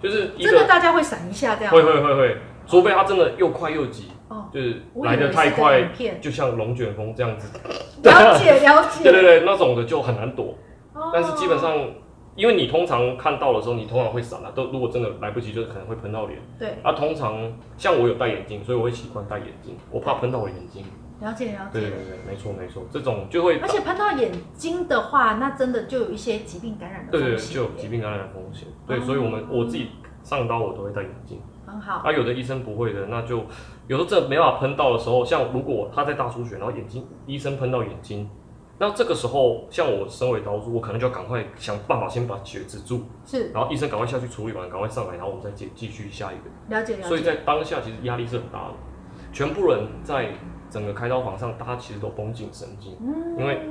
就是一
真的
个
大家会闪一下这样。啊
会会会会，除非他真的又快又急。
哦，
就是
我
来
以为
的
是
太
个
快
影，片，
就像龙卷风这样子。
了解了 解。
对对对，那种的就很难躲。
哦
但是基本上，因为你通常看到的时候，你通常会闪啊。都如果真的来不及，就是可能会喷到脸。
对，
啊，通常像我有戴眼镜，所以我会习惯戴眼镜，我怕喷到我眼睛。
了解了
对对
解。
对，没错没错，这种就会
而且喷到眼睛的话，那真的就有一些疾病感染的
对对
风
对
险，
就有疾病感染的风险。对，
哦
所以我们我自己上刀我都会戴眼镜。
很好。
啊，有的医生不会的，那就有时候真的没办法喷到的时候，像如果他在大出血，然后眼睛医生喷到眼睛，那这个时候像我身为刀术，我可能就要赶快想办法先把血止住，
是
然后医生赶快下去处理完，赶快上来，然后我们再继继续下一个。
了解了
所以
解。
在当下其实压力是很大的，全部人在整个开刀房上，大家其实都绷紧神经。
嗯
因为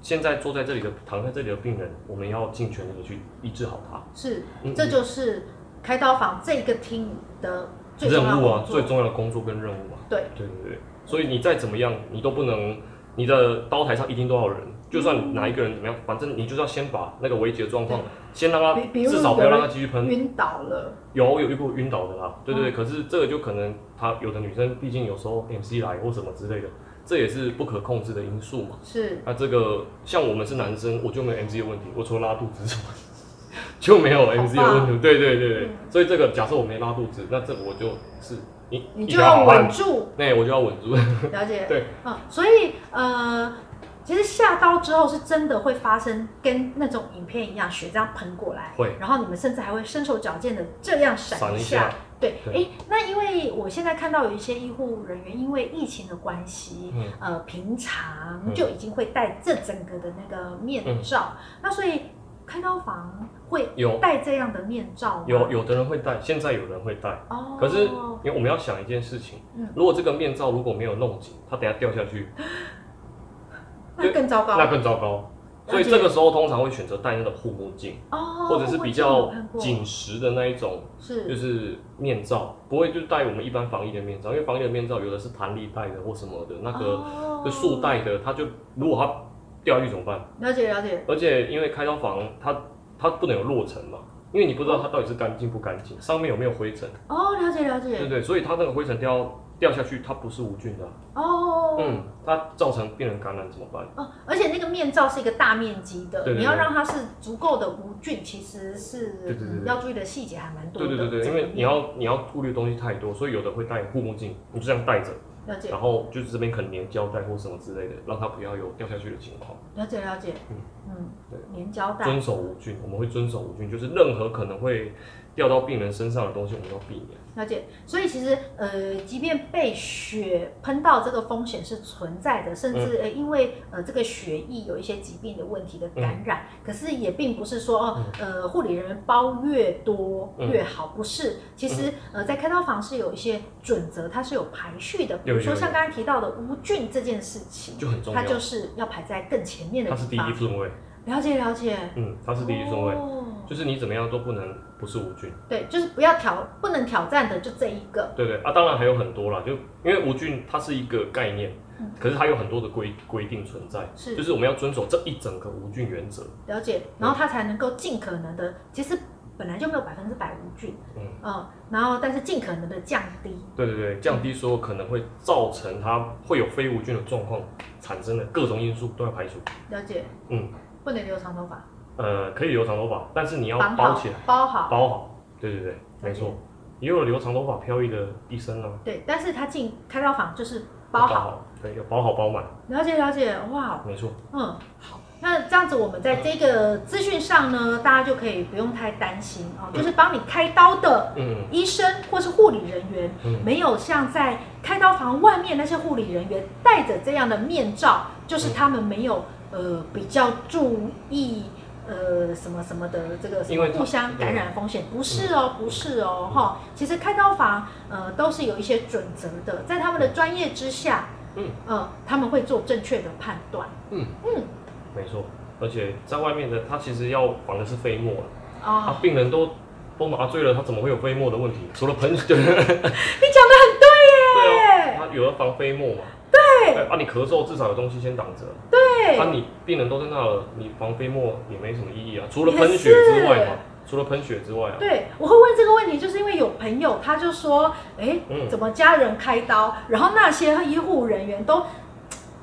现在坐在这里的躺在这里的病人，我们要尽全力的去医治好他。
是
嗯
这就是开刀房这一个 team 的最重要
任
的
务啊
工，作
最重要的工作跟任务啊。
对
对对对，所以你再怎么样，你都不能，你的刀台上一定都要有人，就算哪一个人怎么样，反正你就是要先把那个危急的状况，先让他
比比如
至少不要让他继续喷。
晕倒了，
有我有遇过晕倒的啦，对
嗯
对对，可是这个就可能他有的女生，毕竟有时候 MC 来或什么之类的，这也是不可控制的因素嘛。
是
啊那这个像我们是男生，我就没有 MC 的问题，我除了拉肚子之外就没有 MC 的问题。对对对对，
嗯
所以这个假设我没拉肚子，那这个我就是你
你
一
就
条好
要
汉
稳住，
那我就要稳住。
了解？
对，
嗯，所以呃，其实下刀之后是真的会发生跟那种影片一样，血这样喷过来，
会
然后你们甚至还会身手矫健的这样闪
闪一
下
下。
对，
对
哎，那因为我现在看到有一些医护人员因为疫情的关系，
嗯
呃，平常
嗯
就已经会戴这整个的那个面罩，
嗯
那所以开刀房会
有
戴这样的面罩吗？
有有的人会戴，现在有人会戴，
哦，
可是因为我们要想一件事情
嗯，
如果这个面罩如果没有弄紧，它等下掉下去，
那更糟糕，
那更糟糕。所以这个时候通常会选择戴那种护目镜，
哦，
或者是比
我
较
有看过
紧实的那一种，就是是面罩，不会就戴我们一般防疫的面罩，因为防疫的面罩有的是弹力带的或什么的，那个
哦
就束带的，它就如果它掉下去怎么办？
了解了解，
而且因为开刀房它它不能有落尘嘛，因为你不知道它到底是干净不干净，上面有没有灰尘，
哦，了解了
对不
解，
对？所以它那个灰尘掉掉下去，它不是无菌的啊、
哦，
嗯，它造成病人感染怎么办？
哦，而且那个面罩是一个大面积的，
对对对
你要让它是足够的无菌，其实是
对对对
嗯
对
要注意的细节还蛮多的。
对对对对，
这
因
个
为你要你要顾虑的东西太多，所以有的会戴护目镜，你就这样戴着，
了解
然后就是这边可能粘胶带或什么之类的，让它不要有掉下去的情况。
了解了解
嗯，
嗯，
对，
粘胶带，
遵守无菌，我们会遵守无菌，就是任何可能会掉到病人身上的东西，我们要避免。
了解，所以其实呃，即便被血喷到，这个风险是存在的，甚
嗯
至、呃，因为呃这个血液有一些疾病的问题的感染，
嗯
可是也并不是说哦，呃护理人员包越多
嗯
越好，不是。其实呃在开刀房是有一些准则，它是有排序的，比如
有有
说
有
像刚刚提到的无菌这件事情，
就很重要
它就是要排在更前面的
它
地
是
方。
第一顺位，
了解了解，
嗯，它是第一顺位，
哦
就是你怎么样都不能不是无菌，
对，就是不要挑，不能挑战的就这一个。
对不对啊？当然还有很多啦，就因为无菌它是一个概念
嗯，
可是它有很多的规规定存在，
是
就是我们要遵守这一整个无菌原则，
了解，然后他才能够尽可能的，其实本来就没有百分之百无菌，
嗯
呃然后但是尽可能的降低，
对对对，降低所有可能会造成它会有非无菌的状况产生的各种因素都要排除，
了解，
嗯，
不能留长头发，
呃，可以留长头发，但是你要
绑
包
好
起来，，
包好，
包好，对对对，没错，也有留长头发飘逸的医生啊，
对，但是他进开刀房就是包好，，
对，要包好包满，
了解了解，哇，
没错，
嗯，好，那这样子我们在这个资讯上呢，大家就可以不用太担心哦，就是帮你开刀的
嗯。
医生或是护理人员，
嗯
没有像在开刀房外面那些护理人员戴着这样的面罩，
嗯
就是他们没有呃比较注意呃什么什么的这个什
因
么
为他
互相感染风险，不是哦，不是哦，哈、其实开刀房呃都是有一些准则的，在他们的专业之下，
嗯
呃他们会做正确的判断，
嗯
嗯
没错，而且在外面的他其实要防的是飞沫啊，
哦，
啊，病人都都麻醉了，他怎么会有飞沫的问题？除了 喷，对
你讲的很对耶，
啊，他有了防飞沫嘛？对，啊，你咳嗽至少有东西先挡着，
对
啊，你病人都在那了，你防飞沫也没什么意义啊，除了
也
喷血之
是
外嘛，除了喷血之外啊，
对，我会问这个问题，就是因为有朋友他就说，哎，
嗯
怎么家人开刀，然后那些医护人员都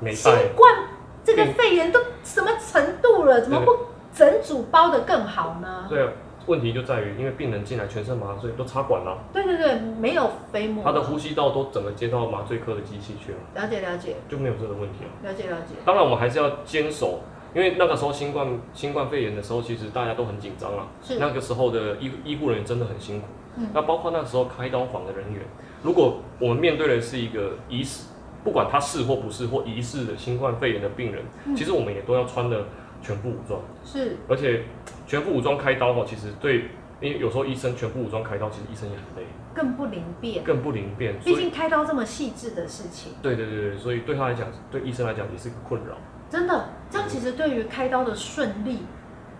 没
新
带，啊
冠这个
对
肺炎都什么程度了，怎么不整组包的更好呢？
对啊，问题就在于因为病人进来全身麻醉都插管了、
对对对，没有飞沫，
他的呼吸道都整个接到麻醉科的机器去了，
了解了解
就没有这个问题了。
了解了解，
当然，我们还是要坚守，因为那个时候新冠新冠肺炎的时候，其实大家都很紧张啊。
是
那个时候的医医护人员真的很辛苦。
嗯
那包括那时候开刀房的人员，如果我们面对的是一个疑似，不管他是或不是或疑似的新冠肺炎的病人，
嗯
其实我们也都要穿的全副武装，
是
而且全副武装开刀哦，其实对。因为有时候医生全副武装开刀，其实医生也很累，
更不灵便，
更不灵便。所
毕
以，
竟开刀这么细致的事情，
对对对对，所以对他来讲，对医生来讲也是个困扰，
真的这样其实对于开刀的顺利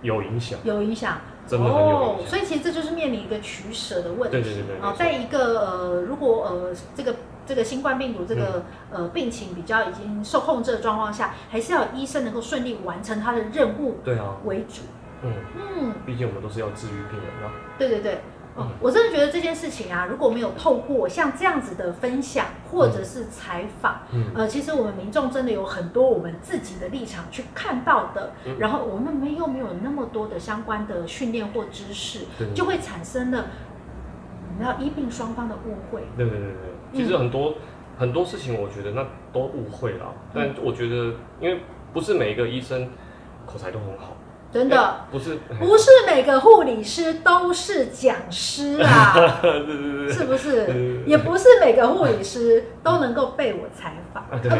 有影响，
有影响。哦
真的很有影响。
所以其实这就是面临一个取舍的问题。
对对对对
哦
没，错
在一个呃，如果呃这个这个新冠病毒这个、
嗯
呃病情比较已经受控制的状况下，还是要有医生能够顺利完成他的任务
对啊，
为主。
嗯，
嗯，
毕竟我们都是要治愈病人啊。
对对对。哦
嗯，
我真的觉得这件事情啊，如果没有透过像这样子的分享或者是采访，
嗯，
呃，其实我们民众真的有很多我们自己的立场去看到的，
嗯
然后我们没又没有那么多的相关的训练或知识，
对对
就会产生了你知道医病双方的误会。
对对对对，
嗯
其实很多、很多事情，我觉得那都误会啦。
嗯
但我觉得，因为不是每一个医生口才都很好，
真的，
不是，
不是每个护理师都是讲师 啊，
对 对对对
是不是
嗯？
也不是每个护理师都能够被我采访。
啊，对，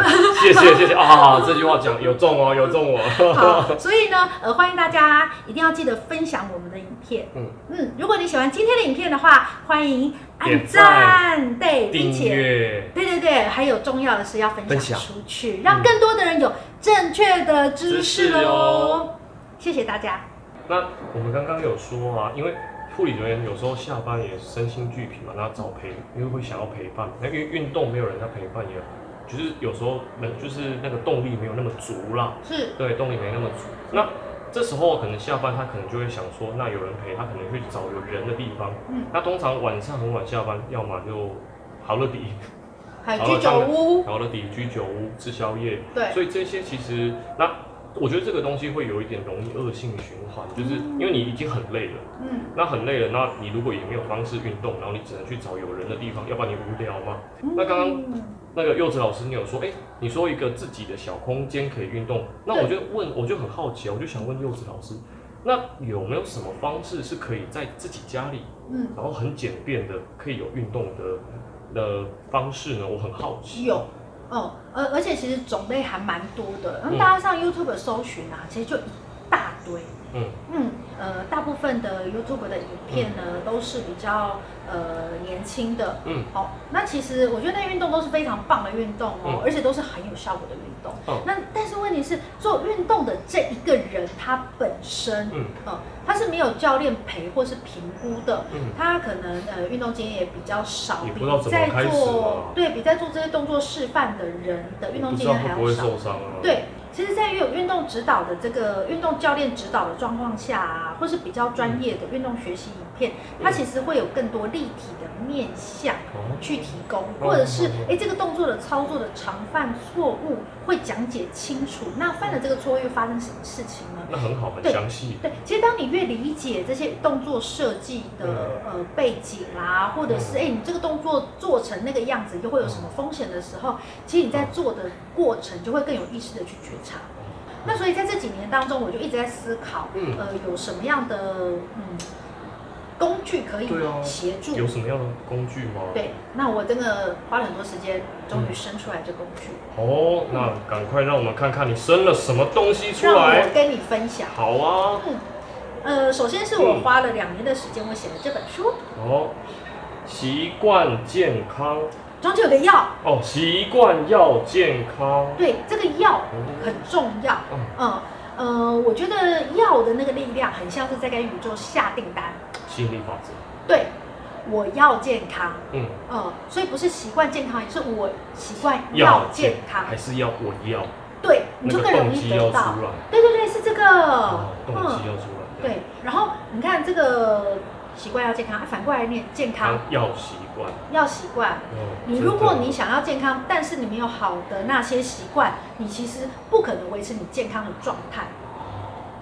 谢谢谢谢啊，这句话讲有中哦，有中哦。
好，所以呢，呃，欢迎大家一定要记得分享我们的影片。
嗯
嗯，如果你喜欢今天的影片的话，欢迎按
点
赞，对， 并
订
且。
阅，
对对对，还有重要的是要分
分
享
享
出去，让更多的人有正确的知识
知识
哦
哦。
谢谢大家。
那我们刚刚有说啊，因为护理人员有时候下班也身心俱疲嘛，那找陪，因为会想要陪伴，那因为运动没有人在陪伴也，就是有时候人就是那个动力没有那么足啦，
是，
对，动力没那么足。那这时候可能下班，他可能就会想说，那有人陪，他可能去找有人的地方。
嗯
那通常晚上很晚下班，要么就好乐迪，
还有
好了
居酒屋，
好乐迪居酒屋吃宵夜。
对
所以这些其实那我觉得这个东西会有一点容易恶性循环，就是因为你已经很累了，
嗯
那很累了，那你如果也没有方式运动，然后你只能去找有人的地方，要不然你无聊嘛。那刚刚
嗯
那个柚子老师，你有说，哎、你说一个自己的小空间可以运动，那
对
我就问，我就很好奇啊，我就想问柚子老师，那有没有什么方式是可以在自己家里，
嗯
然后很简便的可以有运动的的方式呢？我很好奇。
有哦，而而且其实种类还蛮多的，那
嗯
大家上 YouTube 搜寻啊，其实就一大堆。
嗯
嗯，呃，大部分的 YouTube 的影片呢，都是比较呃年轻的。
嗯
好、那其实我觉得那运动都是非常棒的运动哦，
嗯
而且都是很有效果的运动。
哦
那但是问题是，做运动的这一个人他本身，
嗯
呃，他是没有教练陪或是评估的，
嗯
他可能呃运动经验也比较少，
也不
比
知道怎么
在
开始啊
做
嘛
对比在做这些动作示范的人的运
我
动
不知
经
道
验
会
还
不
要
会
少。
受伤啊？，
对，其实，在有运动指导的这个运动教练指导的状况下啊，或是比较专业的运动学习影片，
嗯
它其实会有更多立体的面向
哦，嗯
去提供，或者是诶这个动作的操作的常犯错误会讲解清楚，那犯了这个错误又发生什么事情呢？
那很好，很
对
详细。
对，其实当你越理解这些动作设计的、呃背景啦、或者是哎、你这个动作做成那个样子又会有什么风险的时候，其实你
嗯
在做的过程就会更有意识的去觉察。那所以在这几年当中，我就一直在思考，
嗯
呃，有什么样的嗯工具可以
对啊
协助？
有什么样的工具吗？
对，那我真的花了很多时间，终
嗯
于生出来这工具，
哦，那赶快让我们看看你生了什么东西出
让
来
我。跟你分享。
好啊，
呃，首先是
嗯
我花了两年的时间，我写了这本书，
哦，习惯健康
中间有个药。
哦，习惯要健康。
对，这个药很重要。
嗯
嗯呃，我觉得药的那个力量很像是在跟宇宙下订单。
吸引力法则。
对，我要健康。
嗯，
嗯，所以不是习惯健康，也是我习惯要健康。
还是要我要，
对，你就
那个
更
动
容易
机
得
要
到
出。来，
对对对，是这个嗯
哦。动机要出来。，
对。然后你看这个习惯要健康，啊反过来念健康
要习惯。
要习惯。
哦
你如果你想要健康，但是你没有好的那些习惯，你其实不可能维持你健康的状态。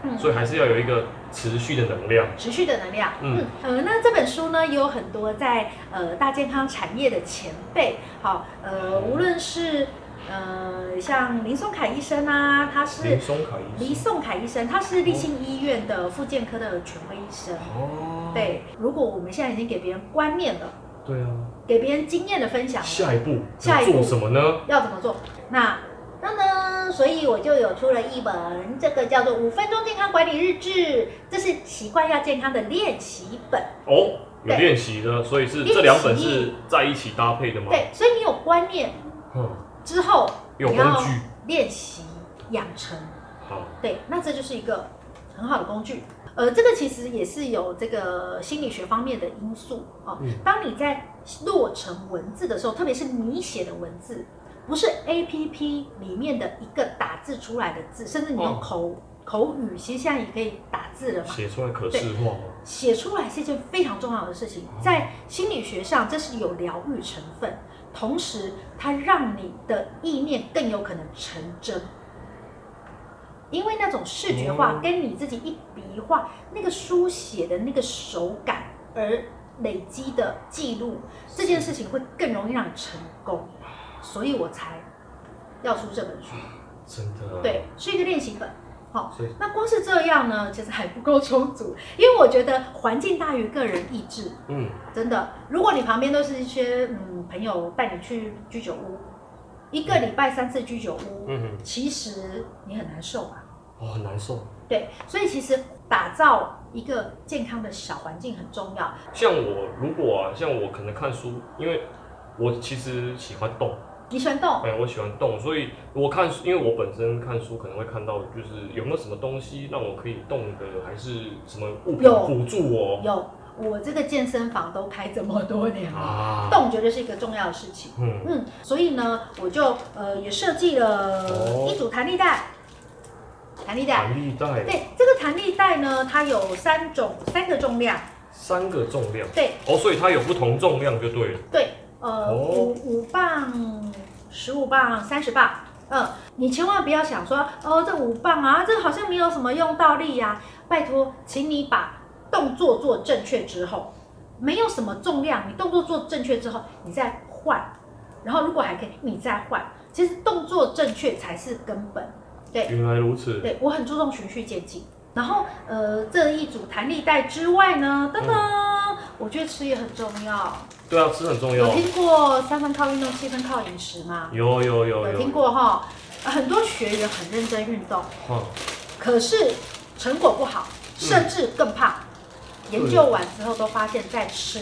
嗯
真的所以还是要有一个持续的能量。
持续的能量。嗯
嗯
呃，那这本书呢，也有很多在呃大健康产业的前辈，好，呃，无论是呃像林松凯医生啊，他是
林松凯
林
医生。
松凯医生，他是立信医院的复健科的权威医生。
哦。
对，如果我们现在已经给别人观念了，
对啊。
给别人经验的分享了，
下一步
下一步
要做什么呢？
要怎么做？那当当，所以我就有出了一本，这个叫做《五分钟健康管理日志》，这是习惯要健康的练习本。
哦，有
对
练习的，所以是
练习
这两本是在一起搭配的吗？
对，所以你有观念
嗯，
之后，
有
你
工
要
具。
练习养成，
好，
对，那这就是一个很好的工具。呃，这个其实也是有这个心理学方面的因素哦。
嗯
当你在落成文字的时候，特别是你写的文字，不是 A P P 里面的一个打字出来的字，甚至你用
哦
口、口语，其实现在也可以打字了嘛。
写出来可视化吗？
写出来是一件非常重要的事情，在心理学上，这是有疗愈成分，同时它让你的意念更有可能成真，因为那种视觉化
哦
跟你自己一笔一画那个书写的那个手感而累积的记录，这件事情会更容易让你成功，所以我才要出这本书，
真的、啊。
对，是一个练习本。好、
所以
那光是这样呢，其实还不够充足，因为我觉得环境大于个人意志，
嗯，
真的。如果你旁边都是一些嗯朋友带你去居酒屋，一个礼拜三次居酒屋，
嗯哼，
其实你很难受吧？
哦，很难受。
对，所以其实打造一个健康的小环境很重要。
像我如果啊，像我可能看书，因为我其实喜欢动，
你喜欢动，
哎、我喜欢动，所以我看书，因为我本身看书可能会看到，就是有没有什么东西让我可以动的，还是什么物品
有
辅助我
有我这个健身房都开这么多年了，
啊？
动绝对是一个重要的事情。
嗯，
嗯，所以呢，我就呃也设计了
哦
一组弹力带，弹力带。
弹力带
对，这个弹力带呢，它有三种三个重量，
三个重量，
对
哦，所以它有不同重量就对了。
对，呃，
哦
五五磅、十五磅、三十磅，嗯，你千万不要想说哦，这五磅啊，这好像没有什么用到力呀、拜托，请你把动作做正确之后，没有什么重量，你动作做正确之后，你再换，然后如果还可以，你再换。其实动作正确才是根本。
原来如此，
对我很注重循序渐进。然后，呃，这一组弹力带之外呢，噔噔，我觉得吃也很重要。
对啊，吃很重要
有，听过三分靠运动，七分靠饮食吗？
有有有
有听
有，
过哈，很多学员很认真运动，
嗯，
可是成果不好，甚至更胖。研究完之后都发现在吃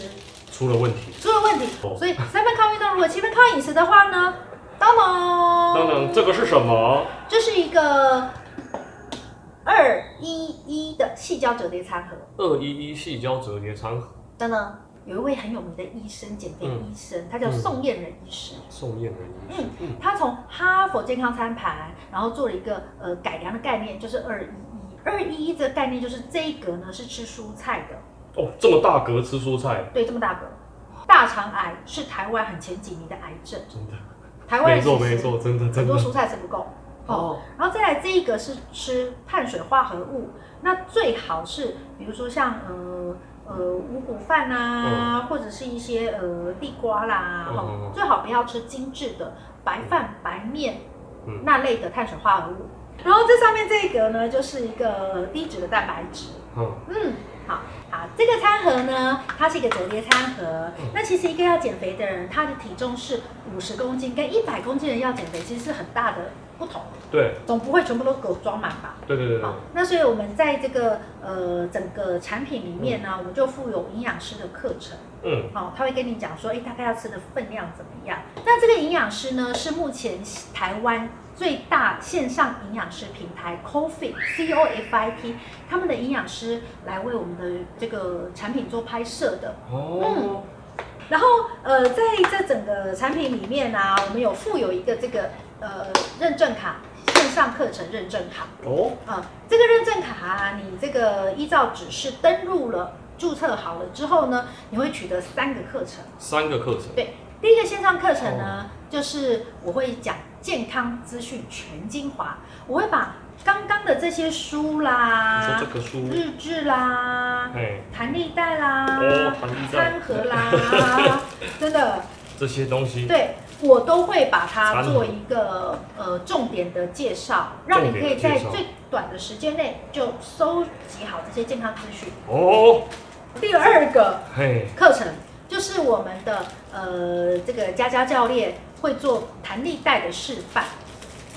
出了问题。
出了问题，
哦
所以三分靠运动，如果七分靠饮食的话呢，当当，
等等，这个是什么？
这是一个二一一的细胶折叠餐盒。
二一一细胶折叠餐盒，
等等，有一位很有名的医生，减肥
嗯
医生，他叫宋燕人医师。
宋燕人医师
嗯，他从哈佛健康餐盘，然后做了一个呃改良的概念，就是二一一。二一一这个概念就是这一格呢是吃蔬菜的，
哦，这么大格吃蔬菜，
对，这么大格。大肠癌是台湾很前几名的癌症，
真的，
台湾
没
人
错
其实
没错，真的
很
真
多
的。
蔬菜吃不够。哦，
哦，
然后再来这一个是吃碳水化合物，那最好是比如说像呃呃五谷饭啊，或者是一些呃地瓜啦，
嗯嗯
哦
嗯，
最好不要吃精致的白饭、白面
嗯
那类的碳水化合物。然后这上面这个呢，就是一个低脂的蛋白质。
嗯，
嗯，好好，这个餐盒呢，它是一个折叠餐盒。
嗯
那其实一个要减肥的人，他的体重是五十公斤，跟一百公斤的人要减肥，其实是很大的不同。
对
总不会全部都给我装满吧？
对对对对
好，，那所以我们在这个呃整个产品里面呢，我们就附有营养师的课程，
嗯，
哦，他会跟你讲说，哎，大概要吃的分量怎么样？那这个营养师呢，是目前台湾最大线上营养师平台 Coffee C O F I T，他们的营养师来为我们的这个产品做拍摄的。
哦，
嗯然后呃，在这整个产品里面呢、啊我们有附有一个这个呃认证卡，线上课程认证卡。
哦，
啊，这个认证卡、啊，你这个依照指示登录了、注册好了之后呢，你会取得三个课程。
三个课程，
对，第一个线上课程呢，
哦
就是我会讲健康资讯全精华，我会把刚刚的这些书
你说
啦
这、个书，
日志啦、
哎，
弹力带啦、
哦弹力带
餐盒 啦，真的。
这些东西，
对我都会把它
餐盒
做一个呃重点的介绍，让你可以
重点
在
的介绍
最短的时间内就收集好这些健康资讯。
哦，
第二个
嘿，
课程就是我们的呃这个佳佳教练会做弹力带的示范。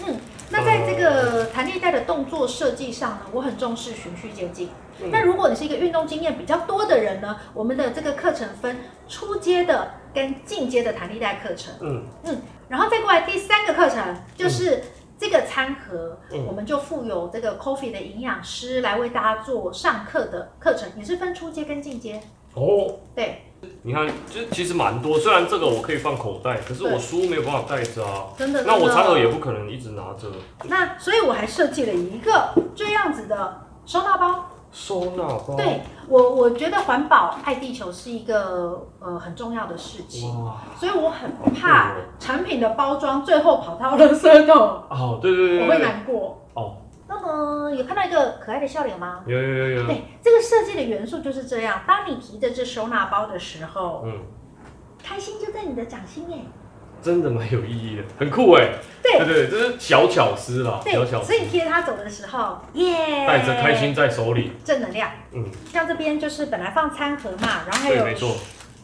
嗯，那在这
呃
个弹力带的动作设计上呢，我很重视循序渐进。
嗯
那如果你是一个运动经验比较多的人呢，我们的这个课程分初阶的跟进阶的弹力带课程。
嗯，
嗯，然后再过来第三个课程就是这个餐盒，
嗯
我们就附有这个 Coffee 的营养师来为大家做上课的课程，也是分初阶跟进阶。
哦。
对，
你看，就是其实蛮多，虽然这个我可以放口袋，可是
对
我书没有办法带着啊。
真的。
那我餐盒也
有。
不可能一直拿着。
那所以我还设计了一个这样子的收纳包。
收纳包，
对我，我觉得环保爱地球是一个呃很重要的事情，
哇，
所以我很
好
怕
酷哦
产品的包装最后跑到垃圾桶，
哦，对对对
我
对
会
对，
难过。
哦，
那么有看到一个可爱的笑脸吗？
有有有有，
对，这个设计的元素就是这样。当你提着这收纳包的时候，
嗯，
开心就在你的掌心哎。
真的蛮有意义的，很酷哎。
对
对对，这是小巧思啦，小
对，
巧思
所，以你贴着它走的时候，耶，
带着开心在手里，
正能量。
嗯，
像这边就是本来放餐盒嘛，然后哎还
对，
有
没错，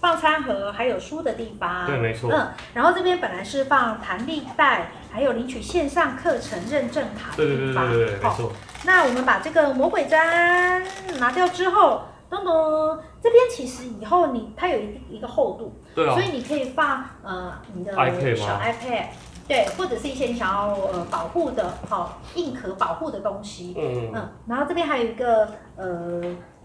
放餐盒，还有书的地方。
对，没错，
嗯，然后这边本来是放弹力带，还有领取线上课程认证卡的
对对对
地方。
对对对，没
好
错，
那我们把这个魔鬼粘拿掉之后，咚咚，这边其实以后你它有一一个厚度，
对啊
所，以你可以放呃你的
iPad
小
吗
iPad，对，或者是一些你想要呃保护的，好、硬壳保护的东西。
嗯嗯
嗯，然后这边还有一个呃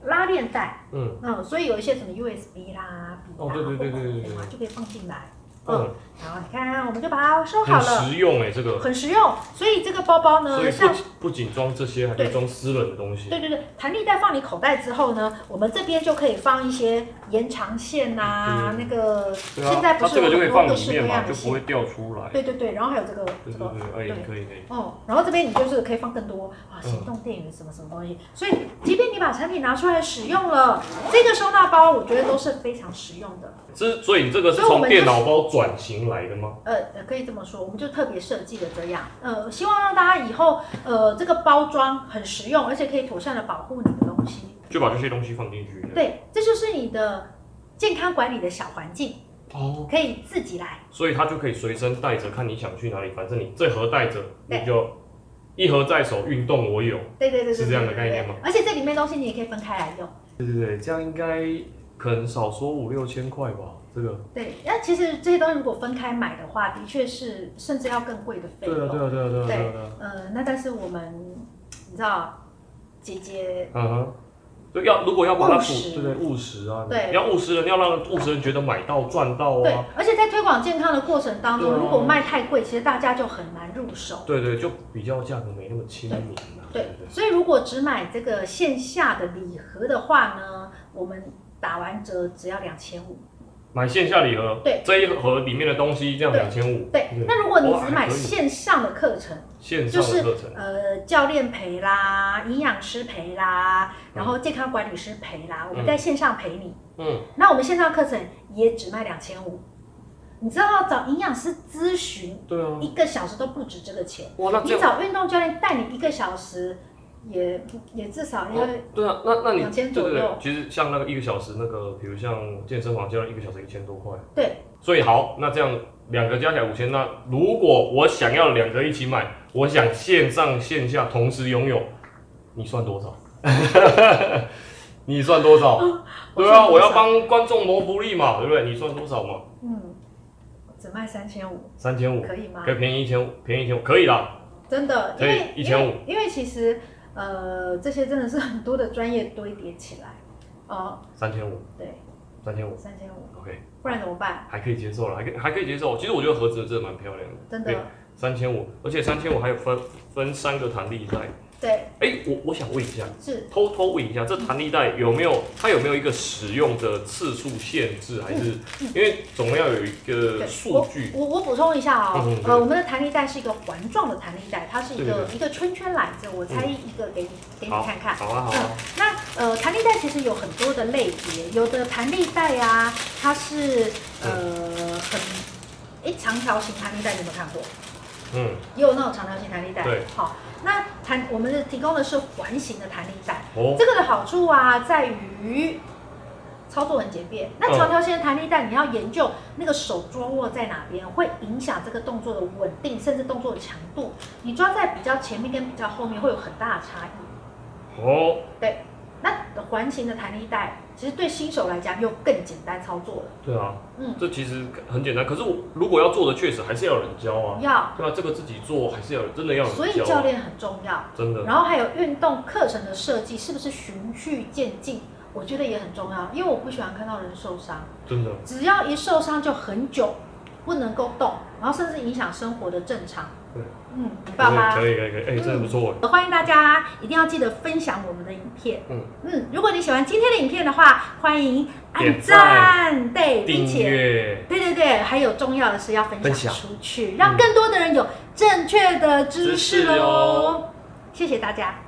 拉链袋，
嗯，
嗯，所以有一些什么 USB 啦、笔啦、
哦对对对对对
或者是什么
对
就可以放进来。嗯，
嗯，
然后你看，我们就把它收好
很
了，
实用哎，这个，
很实用。所以这个包包
所
呢，
以
像
不仅不仅装这些，还可以
对
装私人的东西。
对对对，弹力带放你口袋之后呢，我们这边就可以放一些延长线呐、那个、
嗯对
现
啊
在，不
它
是
这个就可以
有很
放
多各
里
式各
面嘛，
样
就
的
不会
线。
掉出来。
对对对，然后还有这个
对
这
对
个
对，哎，
对
可以可以。
哦，然后这边你就是可以放更多啊，
嗯
行动电源什么什么东西。所以，即便你把产品拿出来使用了，这个收纳包我觉得都是非常实用的。
这所以你这个是
所以我
从
们
电
就是
脑包转型来的吗？
呃，呃可以这么说，我们就特别设计的这样，呃，希望让大家以后呃这个包装很实用，而且可以妥善的保护你的东西。
就把这些东西放进去。
对，这就是你的健康管理的小环境，
哦，
可以自己来。
所以它就可以随身带着，看你想去哪里，反正你这盒带着，
对
你就一盒在手，运动我有。
对对对对，
是这样的概念吗
对？对对而且这里面东西你也可以分开来用。
对对对，这样应该可能少说五六千块吧，这个。
对，那其实这些东西如果分开买的话，的确是甚至要更贵的费
对
用。
啊对啊对啊对啊对啊对啊。
呃，那但是我们你知道，姐姐
嗯哼。就要如果要把它
务
补
实，
对对务实啊，
对
你要务实人，要让务实人觉得买到赚到
对
啊，，
而且在推广健康的过程当中，
对啊
如果卖太贵，其实大家就很难入手。
对对，就比较价格没那么亲民啊，
对
对，
所以如果只买这个线下的礼盒的话呢，我们打完折只要两千五。
买线下礼盒，
对，
这一盒里面的东西这样
对
两千五，
对
对，
那如果你
哇
只买
还可以
线上的课程，
线
就
上
是
的课程，
呃，教练陪啦，营养师陪啦，然后健康管理师陪啦，我们
嗯
在线上陪你。
嗯，
那我们线上课程也只卖两千五，你知道找营养师咨询
对啊，
一个小时都不止这个钱，
哇，那这
你
样，
找运动教练带你一个小时，也也至少要、
哦对啊，那那你
2000
对
左
对对
右，
其实像那个一个小时那个，比如像健身房教练一个小时一千多块，
对，
所以好，那这样两个加起来五千，那如果我想要两个一起买，我想线上线下同时拥有，你算多 少？你算多少？对啊，我
哦我算多少
要帮观众谋福利嘛，对不对？你算多少嘛？
嗯，只卖三千五，
三千五，
可以吗
嗯可？以便宜一千五，便宜一千五，可以啦。
真的，因
可以
为因
1500
为因为其实呃，这些真的是很多的专业堆叠起来，哦、
三千五，
对，
三千五
三千五，
，OK，
不然怎么办？
还可以接受了，还可以还可以接受。其实我觉得盒子真的蛮漂亮的，
真
对
的，
三千五，而且三千五还有分分三个弹力带。
对，
哎，我我想问一下，
是
偷偷问一下，这弹力带有没有它有没有一个使用的次数限制？还是因为总要有一个
嗯对
数据？
我我补充一下哦，
嗯嗯对
呃，我们的弹力带是一个环状的弹力带，它是一
对
个
对嗯
一个圈圈来着，我拆一个给你、给你
好
看看。
好啊
嗯
好啊，，
那呃，弹力带其实有很多的类别，有的弹力带啊，它是呃很，哎，长条形弹力带你有没有看过？
嗯，
也有那种长条形弹力带。
对，
好，那弹我们的提供的是环形的弹力带，
哦，
这个的好处啊在于。操作很简便。那长条形的弹力带，你要研究那个手抓握在哪边，会影响这个动作的稳定，甚至动作的强度。你抓在比较前面跟比较后面会有很大的差异。
哦，
对，那环形的弹力带其实对新手来讲又更简单操作了。
对啊，
嗯
这其实很简单。可是我如果要做的，确实还是要有人教啊。
要，
对啊，这个自己做还是要有真的要有
所
人
以
教啊，
教练很重要。
真的
然后还有运动课程的设计，是不是循序渐进？我觉得也很重要，因为我不喜欢看到人受伤，
真的
只要一受伤就很久不能够动，然后甚至影响生活的正常
对。
嗯，你爸爸
可以可以可以，哎，真的不错哎。
欢迎大家一定要记得分享我们的影片。
嗯
嗯，如果你喜欢今天的影片的话，欢迎按
点赞
赞，对，并
订
且
阅，嗯
对对对，还有重要的是要分
分
享
享
出去，让更多的人有正确的知识
知识
哦
哟。
谢谢大家。